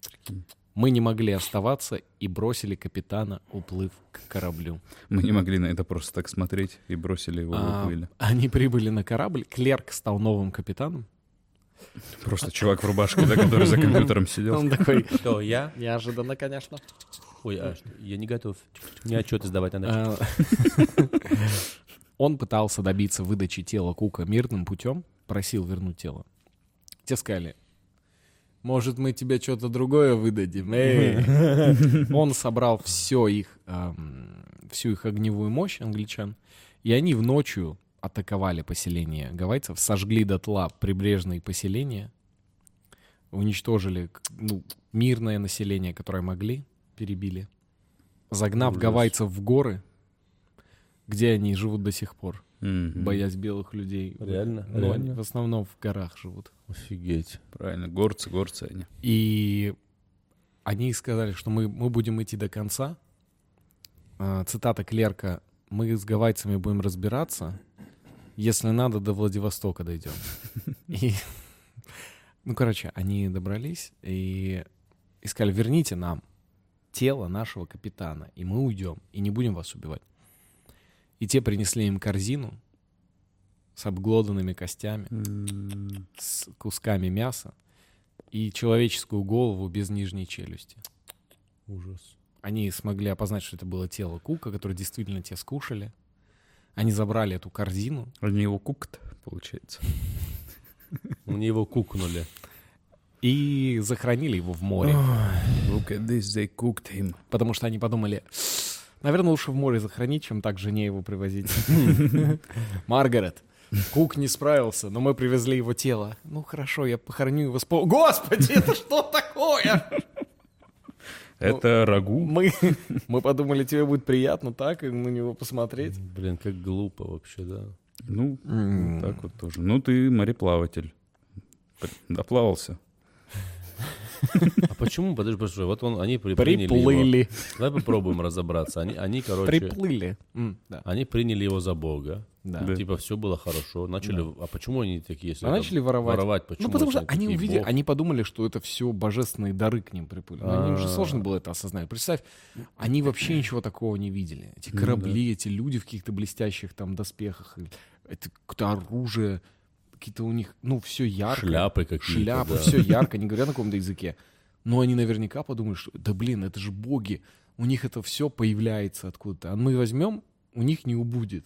C: Мы не могли оставаться и бросили капитана, уплыв к кораблю.
B: Мы не могли на это просто так смотреть и бросили его
C: А,
B: в Уилли.
C: Они прибыли на корабль, клерк стал новым капитаном.
B: Просто чувак в рубашке, да, который за компьютером сидел.
C: Он [LAUGHS] такой,
E: Что, я?
C: неожиданно, конечно.
E: Ой, а, что, я не готов. Мне отчеты сдавать надо.
C: Э, Он пытался добиться выдачи тела Кука мирным путем, просил вернуть тело. Те сказали, может, мы тебе что-то другое выдадим. эй». Он собрал все их, эм, всю их огневую мощь англичан, и они в ночью атаковали поселение гавайцев, сожгли дотла прибрежные поселения, уничтожили к- ну, мирное население, которое могли, перебили, загнав
A: Ужас.
C: гавайцев в горы, где они живут до сих пор,
B: Мгм.
C: боясь белых людей.
A: Реально?
C: Но они
A: Реально?
C: в основном в горах живут.
A: Офигеть.
B: Правильно, горцы, горцы они.
C: И они сказали, что мы, мы будем идти до конца. А, Цитата клерка. Мы с гавайцами будем разбираться. Если надо, до Владивостока дойдем. И, ну, короче, они добрались и, и сказали, верните нам тело нашего капитана, и мы уйдем, и не будем вас убивать. И те принесли им корзину с обглоданными костями,
B: М,
C: с кусками мяса и человеческую голову без нижней челюсти.
A: Ужас.
C: Они смогли опознать, что это было тело Кука, которое действительно те скушали. Они забрали эту корзину,
B: Они его кукт, получается.
A: Мне его кукнули.
C: и захоронили его в море.
B: Look at this, they cooked him.
C: Потому что они подумали, наверное, лучше в море захоронить, чем так жене его привозить. Маргарет, Кук не справился, но мы привезли его тело. Ну хорошо, я похороню его с пол... Господи, это что такое?
B: Это рагу?
C: Мы, [LAUGHS] мы подумали, тебе будет приятно так и на него посмотреть.
A: Блин, как глупо вообще, да?
B: Ну, вот так вот тоже. Ну, ты мореплаватель. Пр- Доплавался. [LAUGHS]
A: А почему? Подожди, подожди. Вот он, они при- приняли его.
C: Приплыли.
A: Давай попробуем разобраться. Они, они короче,
C: Приплыли. М, да.
A: они приняли его за бога.
C: Да.
B: Да.
A: Типа все было хорошо. Начали. А почему они такие? Если
C: А
A: это-
C: начали воровать.
A: Воровать почему?
C: Ну, потому
A: если
C: что они
A: такие
C: увидели,
A: бог?
C: они подумали, что это все божественные дары к ним приплыли. Но им же сложно
A: А.
C: было это осознать. Представь, они вообще ничего такого не видели.
A: Ну
C: Эти корабли, эти люди в каких-то блестящих там доспехах, и это какое-то оружие, какие-то у них, ну, все ярко.
A: Шляпы какие-то,
C: Шляпы,
A: да.
C: все
B: [LAUGHS]
C: ярко, не говоря на каком-то языке. Но они наверняка подумали, что да блин, это же боги, у них это все появляется откуда-то. А мы возьмем, у них не убудет.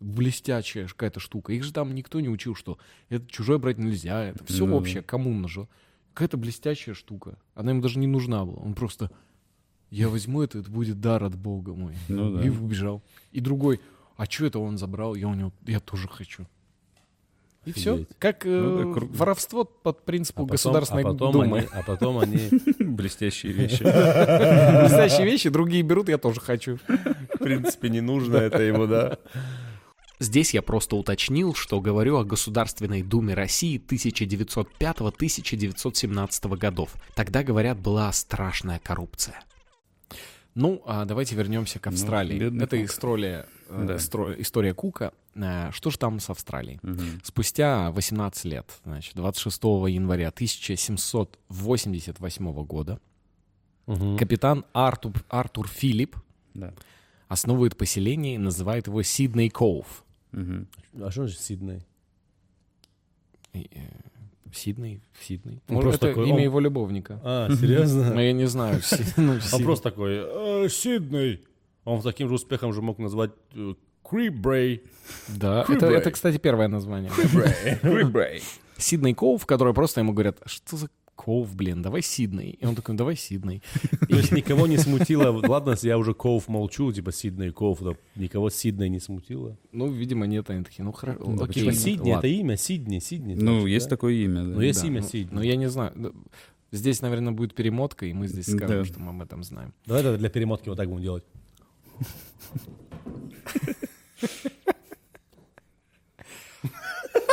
C: Блестячая ж какая-то штука. Их же там никто не учил, что это чужое брать нельзя, это все
B: Ну да.
C: общее, кому нажил. Какая-то блестящая штука. Она ему даже не нужна была. Он просто, я возьму это, это будет дар от Бога мой.
B: Ну да.
C: И убежал. И другой, а что это он забрал? Я у него, я тоже хочу. И все.
A: Офигеть.
C: Как э,
B: Ну да, круто.
C: воровство под
A: А
C: принципу
A: потом-
C: Государственной
A: а потом
C: Думы. [LAUGHS]
A: они- а потом [LAUGHS] они
B: Блестящие вещи.
C: Настоящие вещи другие берут, я тоже хочу.
A: В принципе, не нужно это ему, да?
F: Здесь я просто уточнил, что говорю о Государственной Думе России 1905-1917 годов. Тогда, говорят, была страшная коррупция.
C: Ну, а давайте вернемся к Австралии.
B: бедный
C: Это
B: Кук.
C: история, э,
B: Да.
C: истро- история Кука. Э, Что же там с Австралией?
B: Мгм.
C: Спустя 18 лет, значит, 26 января 1788 года, капитан Артур, Артур Филипп
B: Да.
C: основывает поселение и называет его Сидней Коув.
B: Мгм.
A: А что значит Сидней?
C: И, э, Сидней? Сидней?
B: Ну,
A: Он
C: Может,
A: просто
C: это
A: такой,
C: имя
A: он-
C: его любовника.
A: А,
C: Но
A: серьезно?
C: я не знаю. Си- [LAUGHS] ну,
A: Он
C: Сид-
A: просто такой, «Э, Сидней. Он с таким же успехом же мог назвать э, Крибрей.
C: Да, это,
A: Крибрей.
C: это, кстати, первое [LAUGHS] название. Сидней Коув, который просто ему говорят, что за Коув, блин, давай Сидней. И он такой, давай Сидней.
A: То есть никого не [LAUGHS] смутило. Ладно, если я уже Коуф молчу, типа Сидней Коуф. да, Никого Сидней не смутило.
C: Ну, видимо, нет, они такие, ну, хорошо,
A: Ну,
C: окей.
A: Типа Сидни, это
C: ладно.
A: имя, Сидни, Сидни.
B: Ну,
A: значит,
B: есть
A: да?
B: такое имя,
A: Ну,
B: да.
A: есть
C: Да,
A: имя
C: ну,
A: Сидни.
C: Ну, я не знаю. Да, Здесь, наверное, будет перемотка, и мы здесь скажем,
B: Да.
C: что мы об этом знаем.
A: Давай тогда для перемотки вот так будем делать.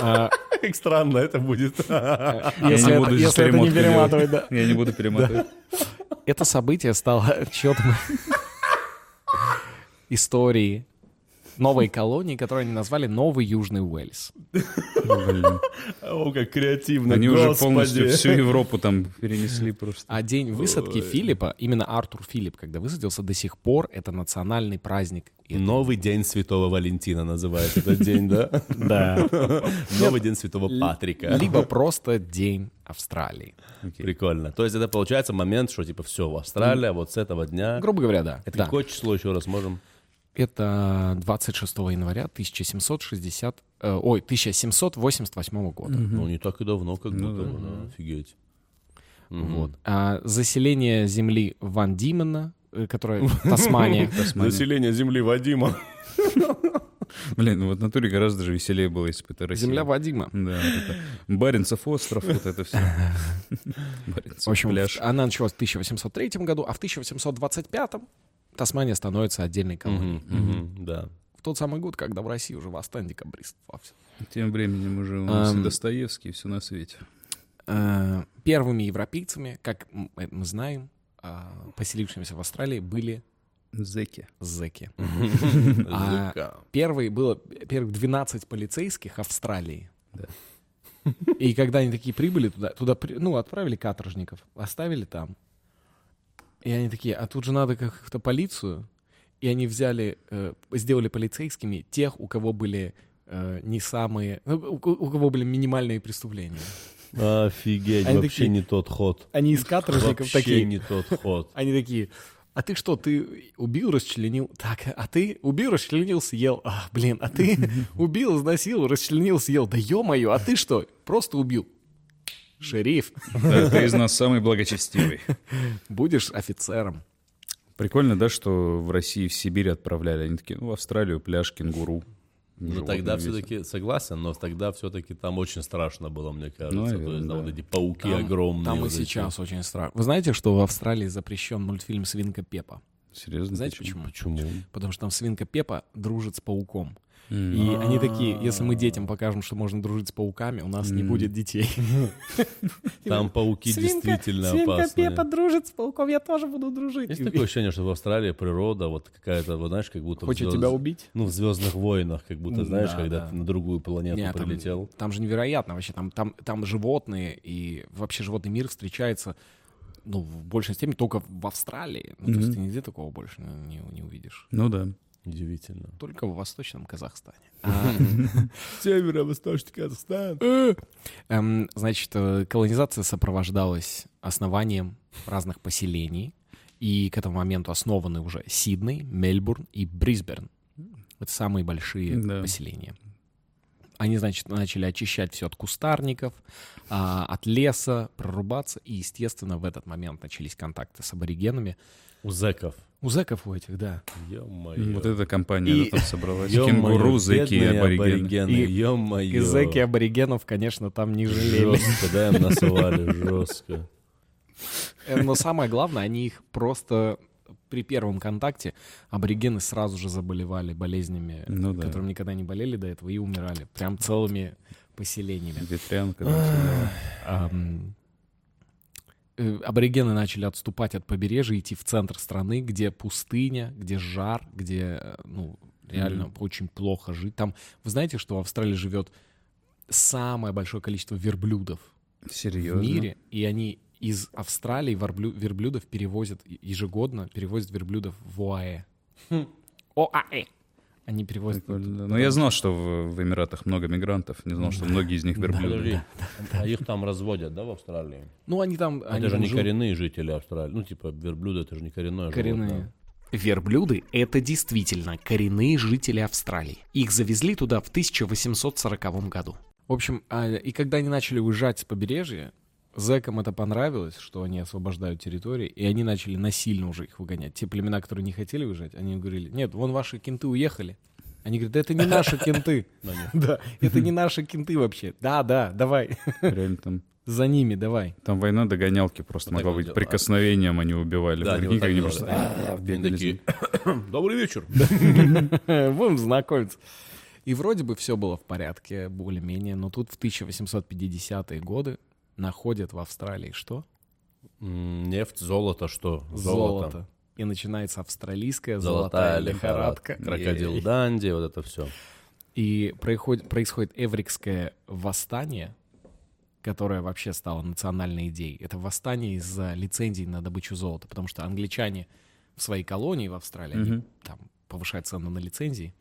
C: А,
A: Как [LAUGHS] странно это будет. [LAUGHS]
C: Если
B: не
C: это
B: буду здесь
C: если это
B: перемотку делать.
C: не перематывать, да.
B: Я не буду перемотать.
C: Это событие стало [LAUGHS] четким истории новой колонии, которую они назвали Новый Южный Уэльс.
A: О, как креативно,
B: Они уже
A: Ну, господи.
B: полностью всю Европу там перенесли
C: [LAUGHS]
B: просто.
C: А день высадки Филиппа, именно Артур Филипп, когда высадился, до сих пор это национальный праздник. И это
A: Новый день Святого Валентина называют этот день, да? [LAUGHS] Да. Новый день Святого Патрика.
C: Либо просто День Австралии.
A: Прикольно. То есть это получается момент, что типа все, Австралия вот с этого дня.
C: Грубо говоря, да.
A: Это
C: Да.
A: какое число еще раз можем?
C: Это 26 января 1760, э, ой, 1788 года.
A: Ну, не так и давно, как будто бы, да, офигеть.
C: Вот. А заселение земли Ван Димена, э, которая Тасмания,
A: Население земли Вадима.
B: Блин, ну вот в натуре гораздо же веселее было, если бы это Россия.
C: земля Вадима.
B: Да, вот это. Баренцев остров, вот это
C: [LAUGHS]
B: все. Баренцев
C: В общем,
B: пляж.
C: она началась в 1803 году, а в 1825 Тасмания становится отдельной колонией.
A: Да. [LAUGHS]
C: В тот самый год, когда в России уже восстание декабристов во всем.
B: Тем временем уже у нас
C: Ам.
B: и Достоевский, все на свете.
C: Э, Первыми европейцами, как м- э, мы знаем, а, поселившимися в Австралии были
B: Зеки.
C: зэки. А Первые было первых 12 полицейских Австралии.
B: Да.
C: [LAUGHS] И когда они такие прибыли туда, туда при- ну, отправили каторжников, оставили там. И они такие, а тут же надо как-то полицию. И они взяли, э, сделали полицейскими тех, у кого были э, не самые, ну, у, у кого были минимальные преступления.
A: А, Офигеть,
C: Они
A: вообще
C: такие-
A: не тот ход.
C: Они из каторжников
A: Вообще
C: такие,
A: не тот ход.
C: они такие, а ты что, ты убил, расчленил? Так, а ты убил, расчленил, съел. А, блин, а
A: [LAUGHS]
C: ты убил, изнасиловал, расчленил, съел. Да ё-моё, а ты что, просто убил? Шериф,
B: Да, ты из
C: [LAUGHS]
B: нас самый благочестивый.
C: будешь офицером.
B: Прикольно, да, что в России в Сибирь отправляли. Они такие, ну, в Австралию, пляж, кенгуру.
A: Ну
B: Животные
A: тогда
B: весят.
A: все-таки согласен, но тогда все-таки там очень страшно было, мне кажется. То
B: наверное,
A: есть там
B: да.
A: вот эти пауки
C: Там-
A: огромные.
C: Там и
A: вот эти.
C: сейчас очень страшно. Вы знаете, что в Австралии запрещен мультфильм «Свинка Пепа»?
B: Серьезно?
C: Знаете почему?
A: Почему?
C: Потому что там свинка Пепа дружит с пауком.
B: М.
C: И
A: А.
C: они такие, если мы детям покажем, что можно дружить с пауками, у нас не будет детей.
A: [LAUGHS] Там пауки действительно опасные.
C: дружит с пауком, я тоже буду дружить.
A: Есть такое ощущение, что в Австралии природа вот какая-то, вот знаешь, как будто... в
C: Хочет
A: «Звёзд-
C: тебя убить?
A: Ну, в «Звездных войнах», как будто, знаешь,
C: Да,
A: когда
C: да.
A: ты на другую планету
C: Не, там-
A: прилетел.
C: Там, же невероятно вообще. Там, там, там животные и вообще животный мир встречается ну, в большей степени только в Австралии. Ну, То есть ты нигде такого больше не, не увидишь.
B: Ну да.
A: Удивительно.
C: Только в восточном Казахстане. А,
A: Северо-восточный Казахстан.
C: Эм, Значит, э, колонизация сопровождалась основанием разных поселений. И к этому моменту основаны уже Сидней, Мельбурн и Брисберн. Это самые большие
B: Да.
C: поселения. Они, значит, начали очищать все от кустарников, а, от леса, прорубаться. И, естественно, в этот момент начались контакты с аборигенами.
A: У зэков.
C: У зэков у этих, да.
A: Ё-моё.
B: Вот эта компания
C: И-
B: да, там
C: [LAUGHS]
B: собралась.
A: Ё-моё,
B: Кенгуру, зеки и
A: бедные
B: аборигены.
C: И-
A: Ё-моё.
C: И зэки аборигенов, конечно, там не жалели.
A: Жестко, да, им насовали, жестко.
C: Э, Но самое главное, они их просто при первом контакте аборигены сразу же заболевали болезнями,
B: Ну да.
C: которым никогда не болели до этого, и умирали. Прям целыми поселениями.
B: Ветрянка. там всё, да.
C: Ам, э, Аборигены начали отступать от побережья, идти в центр страны, где пустыня, где жар, где, э, ну, реально очень плохо жить. Там, вы знаете, что в Австралии живет самое большое количество верблюдов
B: Серьезно?
C: в мире, и они из Австралии верблю- верблюдов перевозят е- ежегодно, перевозят верблюдов в ОАЭ. ОАЭ. Они переводят...
B: Прикольно. Но я знал, что в, в Эмиратах много мигрантов. Не знал, что многие из них верблюды.
A: Подожди, а их там разводят, да, в Австралии?
C: Ну, они там...
A: Это
C: они
A: же
C: там
A: не
C: живут.
A: А коренные жители Австралии. Ну, типа, верблюды, это же не коренное
C: Коренные.
F: Верблюды — это действительно коренные жители Австралии. Их завезли туда в 1840 году.
C: В общем, а, и когда они начали уезжать с побережья, зэкам это понравилось, что они освобождают территории, и они начали насильно уже их выгонять. Те племена, которые не хотели уезжать, они им говорили, нет, вон ваши кенты уехали. Они говорят, «Да это не наши [LAUGHS] кенты. Да, это не наши кенты вообще. Да, да, давай.
B: [LAUGHS]
C: [LAUGHS]
B: Реально там,
C: За ними давай.
B: там война догонялки просто могла
A: вот
B: быть.
A: дело.
B: Прикосновением они убивали.
A: Да, они
B: Прикинь,
A: вот так
B: как они
A: делали.
B: просто
A: животное.
B: бегали.
A: Они такие, добрый вечер.
C: [LAUGHS] Будем знакомиться. И вроде бы все было в порядке, более-менее, но тут в 1850-е годы находят в Австралии что?
A: М, Нефть, золото, что?
C: Золото. И начинается австралийская
A: Золотая
C: золотая
A: лихорадка.
C: лихорадка.
A: Крокодил
C: Ей.
A: Данди, вот это все.
C: И происходит, происходит эврикское восстание, которое вообще стало национальной идеей. Это восстание из-за лицензий на добычу золота, потому что англичане в своей колонии в Австралии, они
B: Мгм.
C: там повышают цену на лицензии,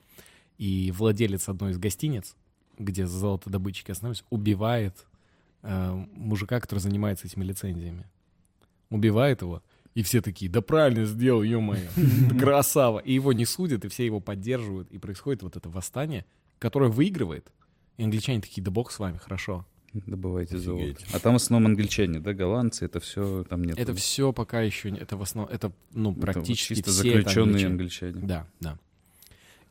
C: и владелец одной из гостиниц, где золотодобытчики остановились, убивает э, мужика, который занимается этими лицензиями. Убивает его, и все такие, да правильно сделал,
B: [LAUGHS]
C: ё-моё, красава. И его не судят, и все его поддерживают, и происходит вот это восстание, которое выигрывает. И англичане такие, да бог с вами, хорошо.
B: Добывайте золото.
A: Офигеть.
B: А там в основном англичане, да, голландцы, это все там нет.
C: Это все пока еще, не- это в основном, это, ну,
B: Это вот
C: практически
B: чисто
C: все это
B: заключенные
C: англичане.
A: Ну
B: англичане.
C: Да, да.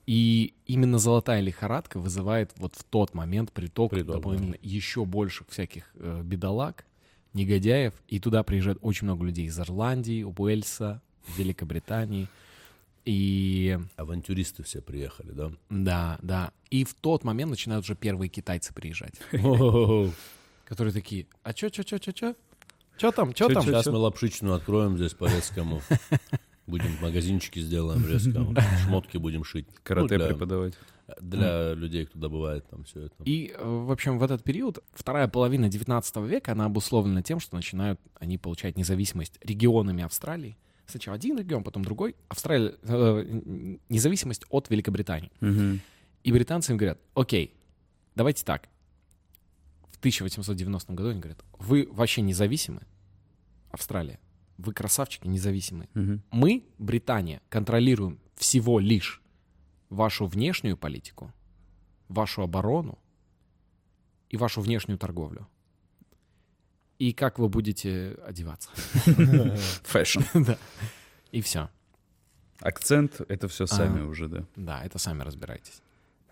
C: И именно золотая лихорадка вызывает вот в тот момент приток
A: Приток, да.
C: дополнительно еще больше всяких э, бедолаг, негодяев, и туда приезжает очень много людей из Ирландии, Уэльса, Великобритании. И
A: Авантюристы все приехали, да?
C: да, да. И в тот момент начинают уже первые китайцы приезжать,
A: Сейчас
C: которые такие, а чё, чё, чё, чё, чё? Чё там, чё там?
A: мы лапшичную откроем здесь по резкому. Будем магазинчики сделаем резкому. Шмотки будем шить. Ну,
B: Карате
A: для-
B: преподавать.
A: Для людей, кто добывает там все это.
C: И, э, в общем, в этот период вторая половина 19 века, она обусловлена тем, что начинают они получать независимость регионами Австралии. Сначала один регион, потом другой. Австралия, э, н- независимость от Великобритании.
B: Мгм.
C: И британцы им говорят, окей, давайте так. В 1890 году они говорят, вы вообще независимы, Австралия. Вы красавчики независимые.
B: Мгм.
C: Мы, Британия, контролируем всего лишь вашу внешнюю политику, вашу оборону и вашу внешнюю торговлю. И как вы будете одеваться.
B: Фэшн.
C: Да. И все.
B: Акцент — это все сами
C: А.
B: уже, да.
C: Да, это сами разбирайтесь.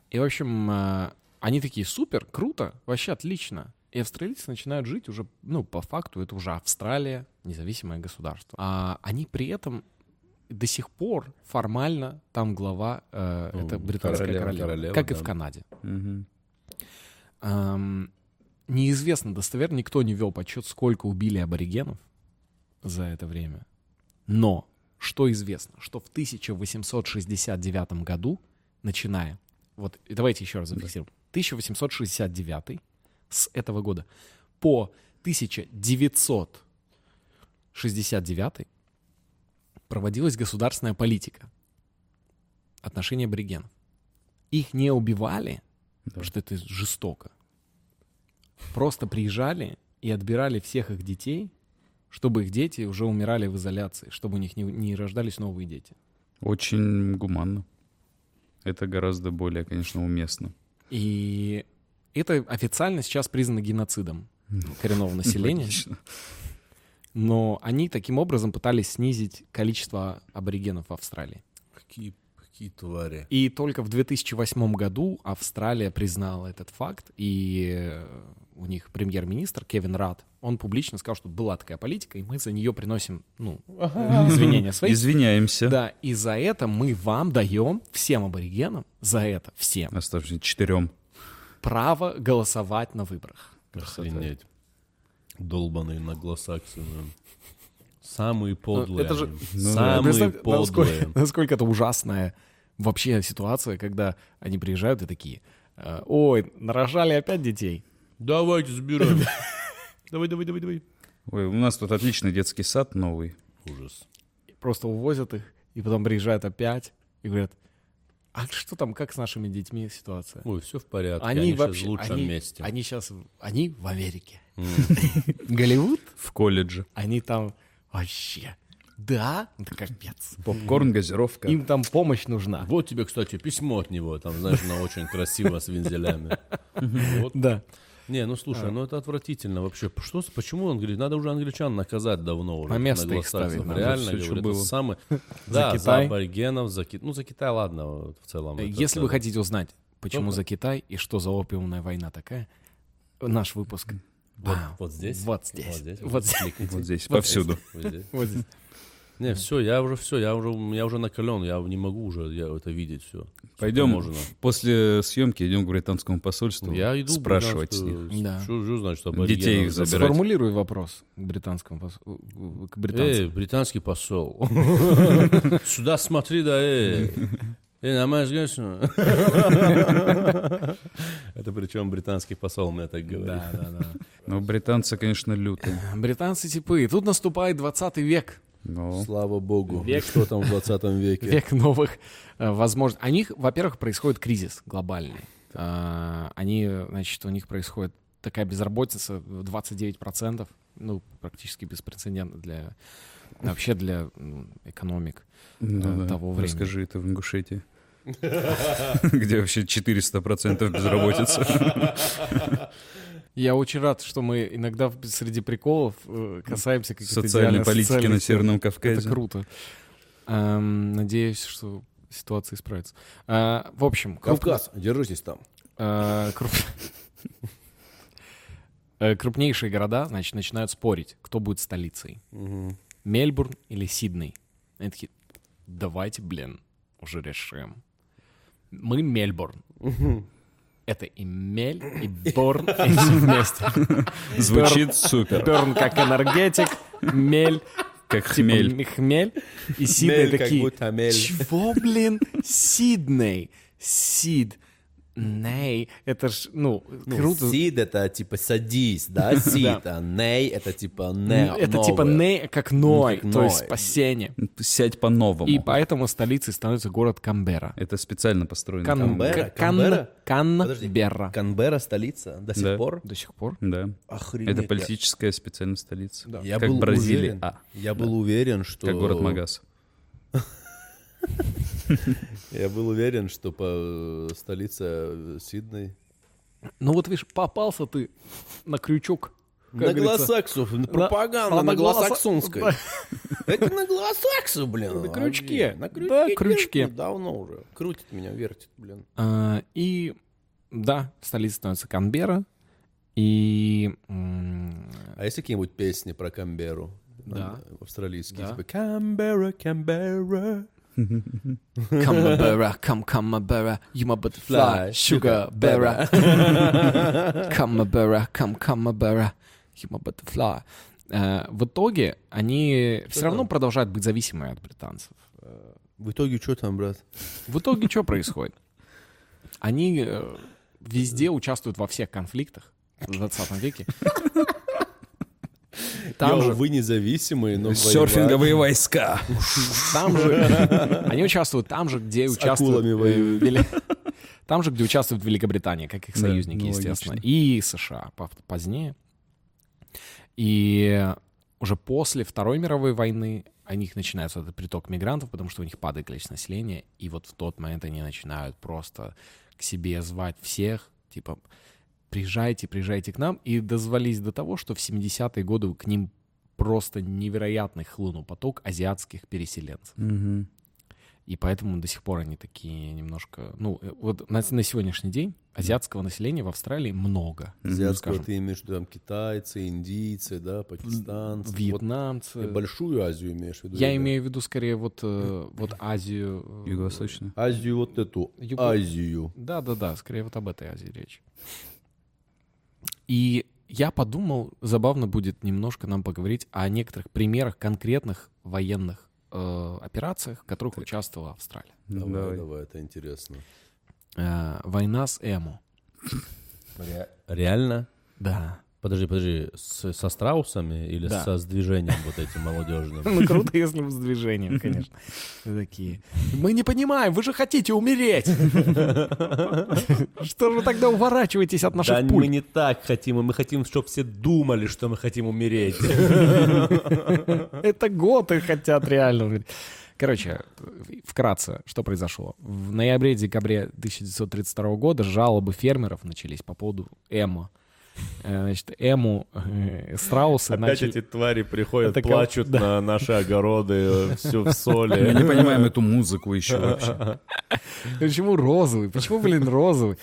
C: И, в общем, э, они такие, супер, круто, вообще отлично. И австралийцы начинают жить уже, ну, по факту, это уже Австралия, независимое государство. А они при этом до сих пор формально там глава, э,
A: Ну,
C: это британская
A: королева,
C: королева,
A: королева,
C: как и
A: да.
C: в Канаде.
B: Мгм.
C: Эм, неизвестно достоверно, никто не вел подсчет, сколько убили аборигенов за это время. Но что известно, что в 1869 году, начиная, вот и давайте еще раз зафиксируем, 1869 с этого года по 1969 проводилась государственная политика отношения аборигенов. Их не убивали, потому что это жестоко. Просто приезжали и отбирали всех их детей, чтобы их дети уже умирали в изоляции, чтобы у них не, не рождались новые дети.
B: Очень гуманно. Это гораздо более, конечно, уместно.
C: И это официально сейчас признано геноцидом коренного населения,
B: Логично.
C: но они таким образом пытались снизить количество аборигенов в Австралии.
A: Какие, какие твари.
C: И только в 2008 году Австралия признала этот факт, и э, у них премьер-министр Кевин Рад, он публично сказал, что была такая политика, и мы за нее приносим, ну, извинения свои.
B: Извиняемся.
C: Да, и за это мы вам даем, всем аборигенам, за это всем,
B: Оставшимся четырем.
C: право голосовать на выборах.
A: Охренеть. Долбаные наглосаксы. ну. Самые подлые.
C: это же-
A: они.
B: Ну да.
A: Самые
C: Представь,
A: подлые.
C: Насколько, насколько это ужасная вообще ситуация, когда они приезжают и такие, э, ой, нарожали опять детей.
A: Давайте забираем.
C: Давай, давай, давай, давай.
B: Ой, у нас тут отличный детский сад новый.
A: [LAUGHS] Ужас.
C: Просто увозят их, и потом приезжают опять и говорят, А что там, как с нашими детьми ситуация?
A: Ой, все в порядке.
C: Они
A: Ну, Они, сейчас
C: вообще-
A: в лучшем
C: они-
A: месте.
C: Они сейчас, они в Америке. [LAUGHS]
A: М.
C: Голливуд?
B: В колледже.
C: Они там вообще. Да? Да капец.
B: Попкорн, газировка.
C: Им там помощь нужна.
A: Вот тебе, кстати, письмо от него, там, знаешь, она очень красиво с вензелями. Вот.
C: Да.
A: Не, ну слушай, ну это отвратительно вообще. П- Что, с- почему он говорит, надо уже англичан наказать давно уже.
C: На место их
A: глазах.
C: ставить надо,
B: всё,
A: Реально,
B: чё
A: говорю, это
B: было.
A: самый... Да, за
C: Китай. Э,
A: аборигенов, за Китай. Ну, за Китай, ладно, вот в целом. это
C: Если вы
A: целое.
C: хотите узнать, почему
A: Ну-ка.
C: за Китай и что за опиумная война такая, наш выпуск.
A: Вот,
C: Вау.
A: вот здесь.
C: Вот здесь.
A: Вот
C: Вот
A: здесь.
C: здесь.
A: кликните.
B: Вот здесь,
C: Вот
B: повсюду.
A: Вот здесь.
C: Вот здесь.
A: Не, все, я уже все, я уже, я уже накален, я не могу уже я это видеть все.
C: Типа
B: Пойдем после съемки идем к британскому посольству
A: Я иду
B: спрашивать с них.
C: Да.
A: Что, значит,
B: Детей их
A: аборигенов?
B: забирать.
C: Сформулируй вопрос к британскому посу- к британцам.
A: Эй, британский [LAUGHS] посол. Сюда смотри, да, эй. Эй, на мой взгляд, что- Это причем британский посол мне так говорит.
C: Да, да, да.
B: Но британцы, конечно, лютые.
C: Британцы типы. Тут наступает 20 век.
B: Но
A: Слава богу. Что там в 20 веке?
C: Век новых э, возможностей. У них, во-первых, происходит кризис глобальный. А, Они, значит, у них происходит такая безработица в 29%. Ну, практически беспрецедентно для... Вообще для м, экономик.
B: ну да.
C: э, того времени.
B: Расскажи это в
C: [LAUGHS]
B: Ингушетии. Где вообще 400%
C: [LAUGHS]
B: безработица.
C: Я очень рад, что мы иногда в- среди приколов э, касаемся каких-то
B: Социальной
C: идеально
B: политики на
C: социальных тем.
B: Северном
C: Это
B: Кавказе.
C: круто. Эм, Надеюсь, что ситуация исправится. А, В общем, крупно-
A: Кавказ, держитесь там.
C: Э, круп- [LAUGHS] Э, Крупнейшие города, значит, начинают спорить, кто будет столицей. Мельбурн или Сидней. Они такие, давайте, блин, уже решим. Мы Мельбурн. Это и Мель, и Борн, и всё вместе.
B: Звучит супер.
C: Борн как энергетик, Мель
B: Как
C: типа
B: хмель.
C: м- хмель, и Сидней такие, чего, блин, Сидней? Сид. Ней, это ж, ну, круто.
E: Сид это типа садись,
C: [LAUGHS]
E: да, сид, а ней это типа не.
C: Ну, это типа не как ной,
E: как
C: то есть
E: Ной.
C: спасение.
B: Сядь
C: И
B: по-новому.
C: поэтому столицей становится город Камбера.
B: Это специально построено.
C: Кан-
B: там.
E: Камбера?
C: Кан-
E: Камбера? Подожди.
C: Канберра.
E: Канберра столица до сих
B: Да.
E: пор.
C: До сих пор.
B: Да.
E: Охренеть.
B: Это политическая специальная столица.
C: Да.
E: Я
B: Как
E: был
B: Бразилия.
E: уверен-
B: А,
E: Я был уверен, что...
B: как город Магас.
A: Я был уверен, что по э, столица э, Сидней.
C: Ну вот видишь, попался ты на крючок. как
E: на
C: говорится.
E: Гласаксов, пропаганда
C: на-
E: на
C: на гласа- [LAUGHS]
E: Гласаксунской. Это на Гласаксу, блин.
C: На
E: вообще.
C: крючке.
E: На крючке.
C: Да,
E: держит,
C: крючке.
E: Давно уже. Крутит меня, вертит, блин.
C: А, И да, столица становится Канбера. И м,
A: А есть какие-нибудь песни про Камберу?
C: Да.
A: Э, Австралийские,
C: Да.
A: типа Камбера, Камбера.
C: Come, Bera, come, come, Bera, you my butterfly,
A: Fly,
C: sugar,
A: sugar,
C: Bera. Come, Bera, come, come, Bera, you my butterfly. Э, В итоге они все равно продолжают быть зависимы от британцев.
A: [LAUGHS] В итоге что там, брат?
C: В итоге что происходит? Они э, везде участвуют во всех конфликтах в 20 веке. Там
A: Йоу,
C: же,
A: вы независимые, но воевать
B: Серфинговые войска.
C: там же, они участвуют там же, где
A: с
C: участвуют э,
A: акулами воюют.
C: Вели- Там же, где участвует Великобритания, как их
B: Да,
C: союзники,
B: ну,
C: естественно, и США пов- позднее. И уже после Второй мировой войны у них начинается этот приток мигрантов, потому что у них падает количество населения, и вот в тот момент они начинают просто к себе звать всех, типа, приезжайте, приезжайте к нам, и дозвались до того, что в 70-е годы к ним просто невероятный хлынул поток азиатских переселенцев.
B: Мгм.
C: И поэтому до сих пор они такие немножко... Ну, э, вот на, на сегодняшний день азиатского населения в Австралии много.
A: Азиатского
C: скажем.
A: ты имеешь в виду, там китайцы, индийцы, да, пакистанцы.
C: Вьетнамцы.
A: Вот. Ты большую Азию имеешь в виду?
C: Я
A: или-
C: имею в виду скорее вот, э, вот Азию.
A: Ну,
C: э,
B: Юго-восточная.
A: Азию вот эту,
C: Юго-
A: Азию.
C: Да-да-да, скорее вот об этой Азии речь. И я подумал, забавно будет немножко нам поговорить о некоторых примерах конкретных военных э, операциях, в которых участвовала Австралия.
B: Ну,
A: Давай,
B: давай.
A: давай, это интересно.
C: Э, война с Эмо.
A: Реально?
C: Да.
A: Подожди, подожди, с- со страусами или
C: Да.
A: со сдвижением вот этим
C: [LAUGHS]
A: молодежным?
C: Ну, круто, если бы с движением, конечно. [LAUGHS] Вы такие. Мы не понимаем, вы же хотите умереть. Что же вы тогда уворачиваетесь от
A: Да
C: наших
A: мы
C: пуль?
A: не так хотим, и мы хотим, чтобы все думали, что мы хотим умереть.
C: Это готы хотят реально. блин. Короче, вкратце, что произошло. В ноябре-декабре 1932 года жалобы фермеров начались по поводу Эма. Э, Значит, Эму э, страусы
A: Опять
C: начали...
A: эти твари приходят,
C: Это кол-
A: плачут на наши огороды, все в
B: Мы
A: соли.
B: не понимаем эту музыку еще
A: [LAUGHS]
B: вообще.
C: Почему розовый? Почему, блин, розовый?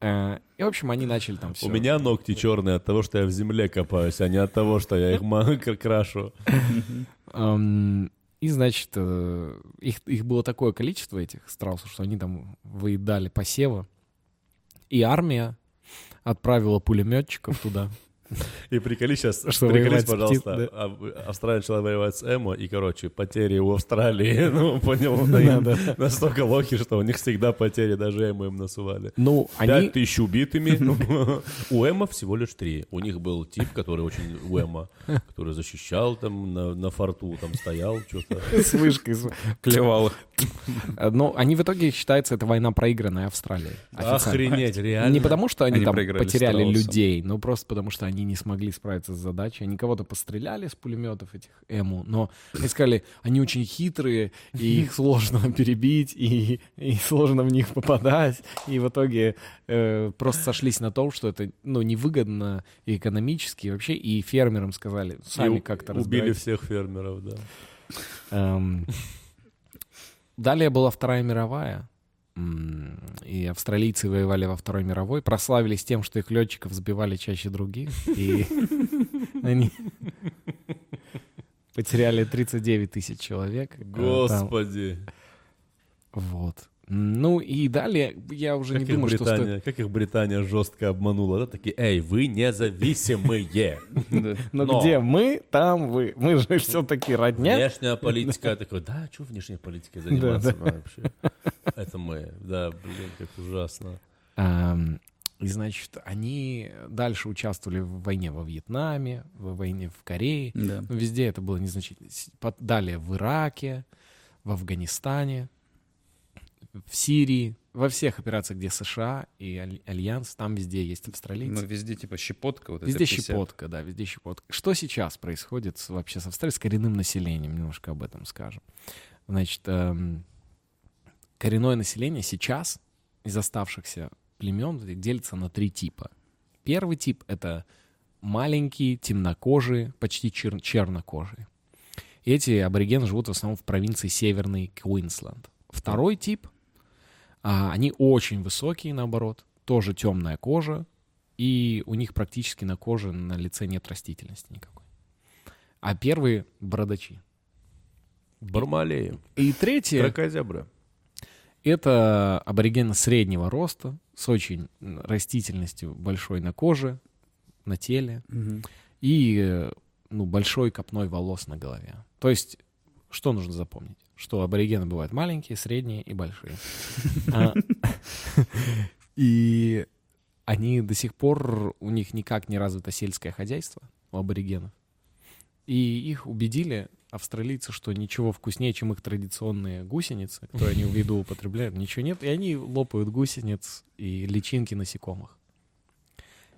C: Э, И, в общем, они начали там все.
A: У меня ногти черные от того, что я в земле копаюсь, а не от того, что я их ма- кра- крашу.
C: Ам, И, значит, э, их, их было такое количество, этих страусов, что они там выедали посевы. И армия отправила пулеметчиков туда.
A: И приколи сейчас,
C: Что
A: приколись,
C: воевать с
A: пожалуйста.
C: птиц,
A: а- Австралия начала воевать с Эмо, и, короче, потери у Австралии, [LAUGHS] ну, понял, да, им настолько лохи, что у них всегда потери, даже Эмо им насували.
C: Ну,
A: Пять
C: они...
A: тысяч
C: [LAUGHS]
A: убитыми. У Эма всего лишь три. У них был тип, который очень у Эма, который защищал там на, на форту, там стоял что-то.
C: С вышкой. с-
B: Клевало.
C: Э, Ну, они в итоге считается, это война проигранная Австралии. официально.
A: Охренеть, реально.
C: Не потому, что они,
B: Они
C: там
B: проиграли
C: потеряли
B: страусам.
C: людей, но просто потому, что они не смогли справиться с задачей. Они кого-то постреляли с пулеметов этих Эму, но они сказали, они очень хитрые,
A: [LAUGHS]
C: и их сложно перебить, и, и сложно в них попадать. И в итоге э, просто сошлись на том, что это ну, невыгодно и экономически и вообще. И фермерам сказали, сами
A: И
C: как-то
A: Убили
C: разбирайтесь».
A: всех фермеров, да.
C: Эм, Далее была Вторая мировая. М, И австралийцы воевали во Второй мировой, прославились тем, что их летчиков сбивали чаще других.
A: [LAUGHS]
C: И они потеряли 39 тысяч человек. Э, там,
A: Господи.
C: Вот. Ну и далее, я уже
A: Как
C: не
A: их,
C: думаю, что стоит...
A: Британия, как их Британия жестко обманула. Да, такие, эй,
C: [LAUGHS]
A: вы независимые.
C: Но,
A: Но.
C: где мы, там вы. Мы
A: [LAUGHS]
C: же все-таки родня.
A: Внешняя политика. Я такой, да, что внешней политикой заниматься вообще? Это мы. Да, блин, как ужасно.
C: Ам, Эм, И, значит, они дальше участвовали в войне во Вьетнаме, в войне в Корее.
B: Да.
C: Ну, Везде это было незначительно. С- пот- Далее в Ираке, в Афганистане, в Сирии, во всех операциях, где США и Аль- Альянс, там везде есть
B: Ну,
C: австралийцы.
B: везде типа щепотка. Вот эта
C: Везде
B: 50.
C: щепотка, да, везде щепотка. Что сейчас происходит с- вообще с Австралией, с коренным населением? Немножко об этом скажем. Значит, эм, коренное население сейчас из оставшихся племен делится на три типа. Первый тип — это маленькие, темнокожие, почти чер- чернокожие. И эти аборигены живут в основном в провинции Северный Квинсленд. Второй тип а, они очень высокие, наоборот, тоже темная кожа, и у них практически на коже, на лице нет растительности никакой. А первые — бородачи.
A: Бармалеи.
C: И третье
A: Кракозябры.
C: — это аборигены среднего роста, с очень м, растительностью большой на коже, на теле, и э, ну, большой копной волос на голове. То есть, что нужно запомнить? Что аборигены бывают маленькие, средние и большие. А, [LAUGHS] И они до сих пор, у них никак не развито сельское хозяйство у аборигенов. И их убедили австралийцы, что ничего вкуснее, чем их традиционные гусеницы, которые они в еду употребляют, ничего нет. И они лопают гусениц и личинки насекомых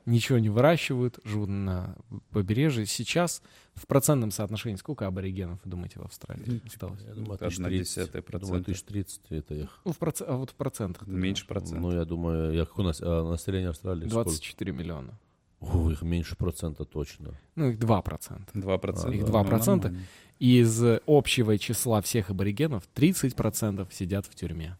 C: ничего не выращивают, живут на побережье. Сейчас в процентном соотношении сколько аборигенов, вы думаете, в Австралии осталось?
A: Я думаю,
B: Одна
A: тысяч 30.
B: десятая
A: Я Думаю,
B: процента.
A: тысяч 30 это их.
C: Ну, в проц- а вот в процентах. ты
B: Меньше процентов.
A: Ну, я думаю, я, как у нас, а, население Австралии
C: думаешь? 24 миллиона.
A: сколько? О, их меньше процента точно.
C: Ну, их 2%.
B: 2%.
C: Их
B: Ну,
C: 2%.
B: нормально.
C: Из общего числа всех аборигенов 30% сидят в тюрьме.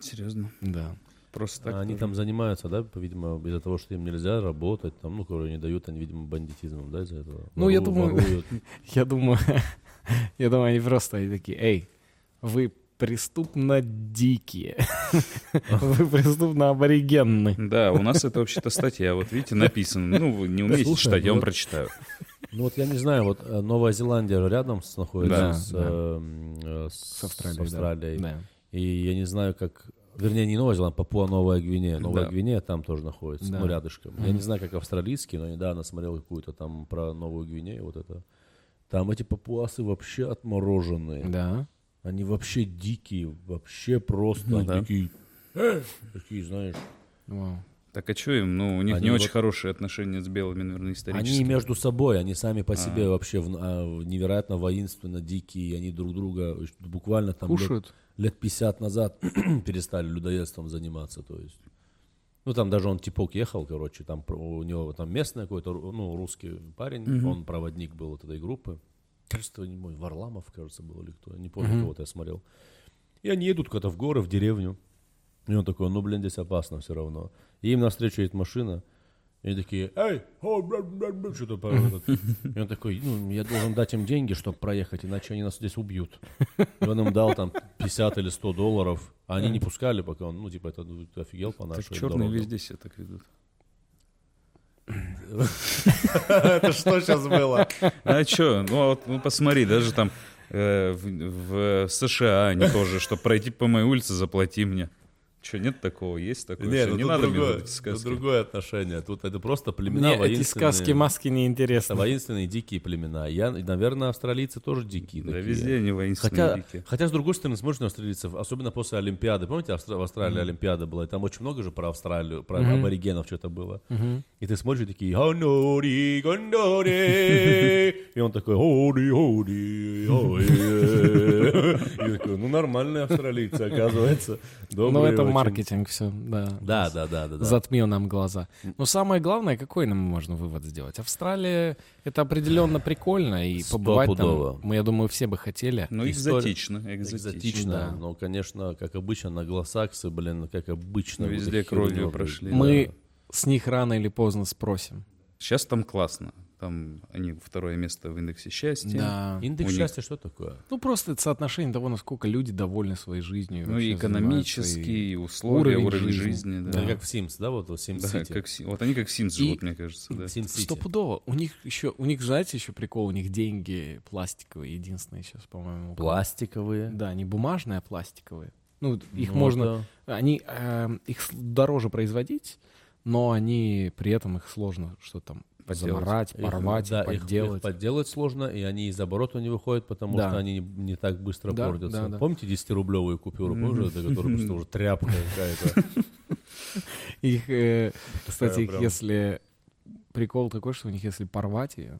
B: Серьезно.
C: Да.
B: Просто так.
A: А они
B: тоже.
A: там занимаются, да, видимо, из-за того, что им нельзя работать, там, ну, которые не дают, они, видимо, бандитизмом, да, из-за этого.
C: Ну, я
A: Вору-
C: думаю-
A: воруют.
C: Я думаю, [LAUGHS] я думаю, они просто они такие, эй, вы преступно дикие. [LAUGHS] Вы преступно аборигенны.
B: Да, у нас это вообще-то статья. Вот видите, написано. Ну, вы не умеете
A: Слушай,
B: читать, я
A: ну
B: вам
A: вот-
B: прочитаю.
A: Ну, вот я не знаю, вот э, Новая Зеландия же рядом с- находится
C: Да,
A: с,
C: да.
A: эм, э, с
C: С Австралией. да.
A: Австралией.
C: Да.
A: И я не знаю, как Вернее, не Новая Зеландия, а Папуа Новая Гвинея. Новая
B: Да.
A: Гвинея там тоже находится,
C: Да.
A: ну, рядышком. Я не знаю, как австралийский, но недавно смотрел какую-то там про Новую Гвинею, вот это. Там эти папуасы вообще отмороженные.
C: Да.
A: Они вообще дикие, вообще просто. Они
B: да.
A: такие, «Э!» такие, знаешь.
C: Вау.
B: Так а что им? Ну, у них
A: Они
B: не
A: вот-
B: очень хорошие отношения с белыми, наверное, исторически.
A: Они между собой, они сами по себе вообще в- а, в- невероятно воинственно дикие. Они друг друга буквально там лет-
C: Кушают.
A: лет 50 назад [CLEARS THROAT] перестали людоедством заниматься, то есть. Ну, там даже он типок ехал, короче, там про- у него там местный какой-то, ру- ну, русский парень, он проводник был вот этой группы. Кажется, не мой, Варламов, кажется, был или кто, я не помню, кого-то я смотрел. И они едут куда-то в горы, в деревню. И он такой, ну, блин, здесь опасно все равно. И им навстречу едет машина. И они такие, эй, о, бля, бля, бля», что-то по- этот. И он такой, ну, я должен дать им деньги, чтобы проехать, иначе они нас здесь убьют. И он им дал там 50 или 100 долларов, а они не пускали, пока он, ну, типа, это ну, ты офигел по
B: Так
A: нашей
B: черные
A: дороге.
B: везде себя так ведут.
E: [LAUGHS] Это что сейчас было?
B: А что? Ну, а вот ну, посмотри, даже там э, в, в США они тоже, что пройти по моей улице, заплати мне. Че, нет такого? Есть такое?
E: Нет,
B: Всё,
E: ну
B: не
E: тут
B: надо мне
E: другое,
B: вот эти сказки.
E: тут другое отношение. Тут это просто племена
C: Мне эти
E: воинственные.
C: сказки маски не
A: Это
C: интересны.
A: воинственные дикие племена. Я, наверное, австралийцы тоже дикие.
B: Да
A: такие.
B: везде они воинственные
A: Хотя,
B: дикие.
A: хотя, с другой стороны, смотришь на австралийцев, особенно после Олимпиады. Помните, Австра- в Австралии Олимпиада была, и там очень много же про Австралию, про аборигенов что-то было. И ты смотришь, и такие «Гонори, гонори!» [LAUGHS] И он такой «Гори, гори, ой, э». [LAUGHS] И я такой, ну нормальные австралийцы, оказывается.
C: Но
B: Ну,
A: Добрые
C: это
A: очень».
C: маркетинг все, да.
A: Да, да, да, да. да.
C: Затмил нам глаза. Но самое главное, какой нам можно вывод сделать? Австралия — это определенно прикольно, и побывать
A: Стопудово.
C: там, мы, я думаю, все бы хотели.
B: Ну,
A: история-
B: экзотично, экзотично.
A: Экзотично,
C: Да.
A: но, конечно, как обычно, на гласаксы, блин, как обычно.
B: Ну,
A: вот
B: везде
A: эти
B: кровью
A: херни.
B: прошли,
C: Мы с них рано или поздно спросим.
B: Сейчас там классно. Там они второе место в индексе счастья.
C: Да.
A: Индекс
B: У них-
A: счастья что такое?
C: Ну, просто это соотношение того, насколько люди довольны своей жизнью.
B: Ну,
C: вообще
B: и экономические,
C: занимаются, и-
B: и условия,
C: уровень
B: уровень,
C: жизни.
B: жизни.
A: Это
B: да.
A: как в Sims, да, вот в
B: Да,
A: Sims City.
B: как Си- вот они как Синс
C: И-
B: живут, мне кажется. Да.
A: SimCity.
C: Стопудово. У них еще, у них, знаете, еще прикол, у них деньги пластиковые, единственные сейчас, по-моему. у кого.
A: Пластиковые.
C: Да, не бумажные, а пластиковые. Ну, их
A: Ну,
C: можно,
A: да.
C: они, эм, их с- дороже производить, но они, при этом их сложно что там
B: Подделать.
C: заморать,
A: Их- э,
C: порвать,
A: да, их- Их,
C: подделать.
A: подделать сложно, и они из оборота не выходят, потому
C: Да.
A: что они не, не так быстро
C: Да,
A: портятся.
C: да, да.
A: Помните 10-рублевую купюру, помнишь, это, которая
C: [LAUGHS]
A: просто уже тряпка какая-то?
C: Их, э, кстати, их
A: прям.
C: если... Прикол такой, что у них, если порвать ее,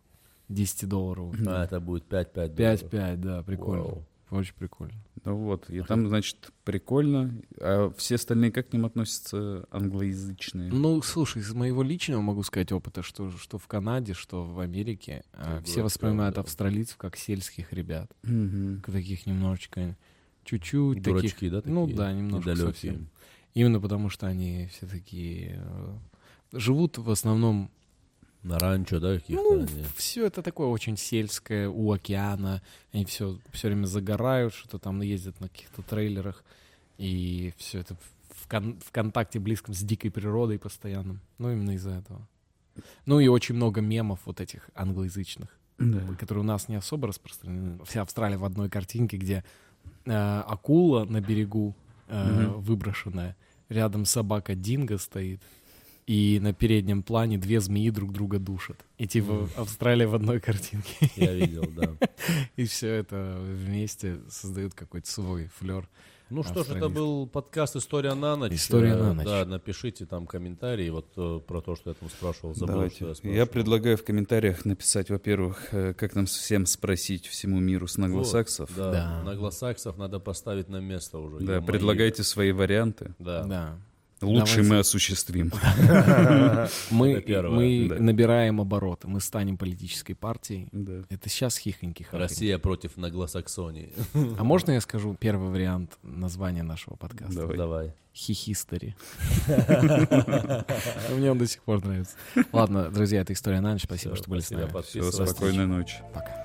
C: 10 долларов,
A: А, это будет 5-5 долларов.
C: 5-5, да, прикольно.
A: Вау.
C: Очень прикольно.
B: Ну вот, и там, значит, прикольно. А все остальные как к ним относятся англоязычные?
C: Ну, слушай, из моего личного могу сказать опыта, что, что в Канаде, что в Америке э, все воспринимают австралийцев как сельских ребят.
B: Мгм.
C: к- таких немножечко чуть-чуть таких.
A: Дурачки, да, такие?
C: ну да, немножко
A: недалёкие.
C: совсем. Именно потому что они все такие э, живут в основном.
A: На ранчо, да, каких-то
C: Ну,
A: они.
C: все это такое очень сельское у океана. Они все все время загорают, что-то там ездят на каких-то трейлерах и все это в, кон- в контакте близком с дикой природой постоянным. Ну именно из-за этого. Ну и очень много мемов вот этих англоязычных
B: Да.
C: которые у нас не особо распространены. Вся Австралия в одной картинке, где э, акула на берегу э,
B: Мгм.
C: выброшенная, рядом собака Динго стоит, и на переднем плане две змеи друг друга душат. И типа Австралия в одной картинке. [LAUGHS]
A: Я видел, да.
C: И все это вместе создает какой-то свой флер.
A: Ну что ж, это
C: Австралийский.
A: был подкаст «История на ночь».
C: «История
A: Э,
C: на ночь».
A: Да, напишите там комментарии вот э, про то, что я там спрашивал. Забыл, что я
B: Давайте.
A: спрашивал.
B: Я предлагаю в комментариях написать, во-первых, э, как нам всем спросить всему миру с наглосаксов.
A: Да,
C: Да.
A: наглосаксов надо поставить на место уже.
B: да,
A: Ё-моё.
B: предлагайте свои варианты.
A: Да.
C: Да.
B: Лучше
C: Давайте.
B: мы осуществим.
C: Мы,
A: первое,
C: мы
B: да.
C: набираем обороты, мы станем политической партией.
B: Да.
C: Это сейчас хихоньки хорошо.
A: Россия против наглосаксонии.
C: А можно я скажу первый вариант названия нашего подкаста?
B: Давай.
A: Давай. [LAUGHS]
C: Хихистери. Мне он до сих пор нравится. Ладно, друзья, это история на ночь. Спасибо,
A: Всё,
C: что были с
A: спасибо,
C: нами.
B: Все,
A: подписывайтесь.
B: спокойной ночи.
C: Пока.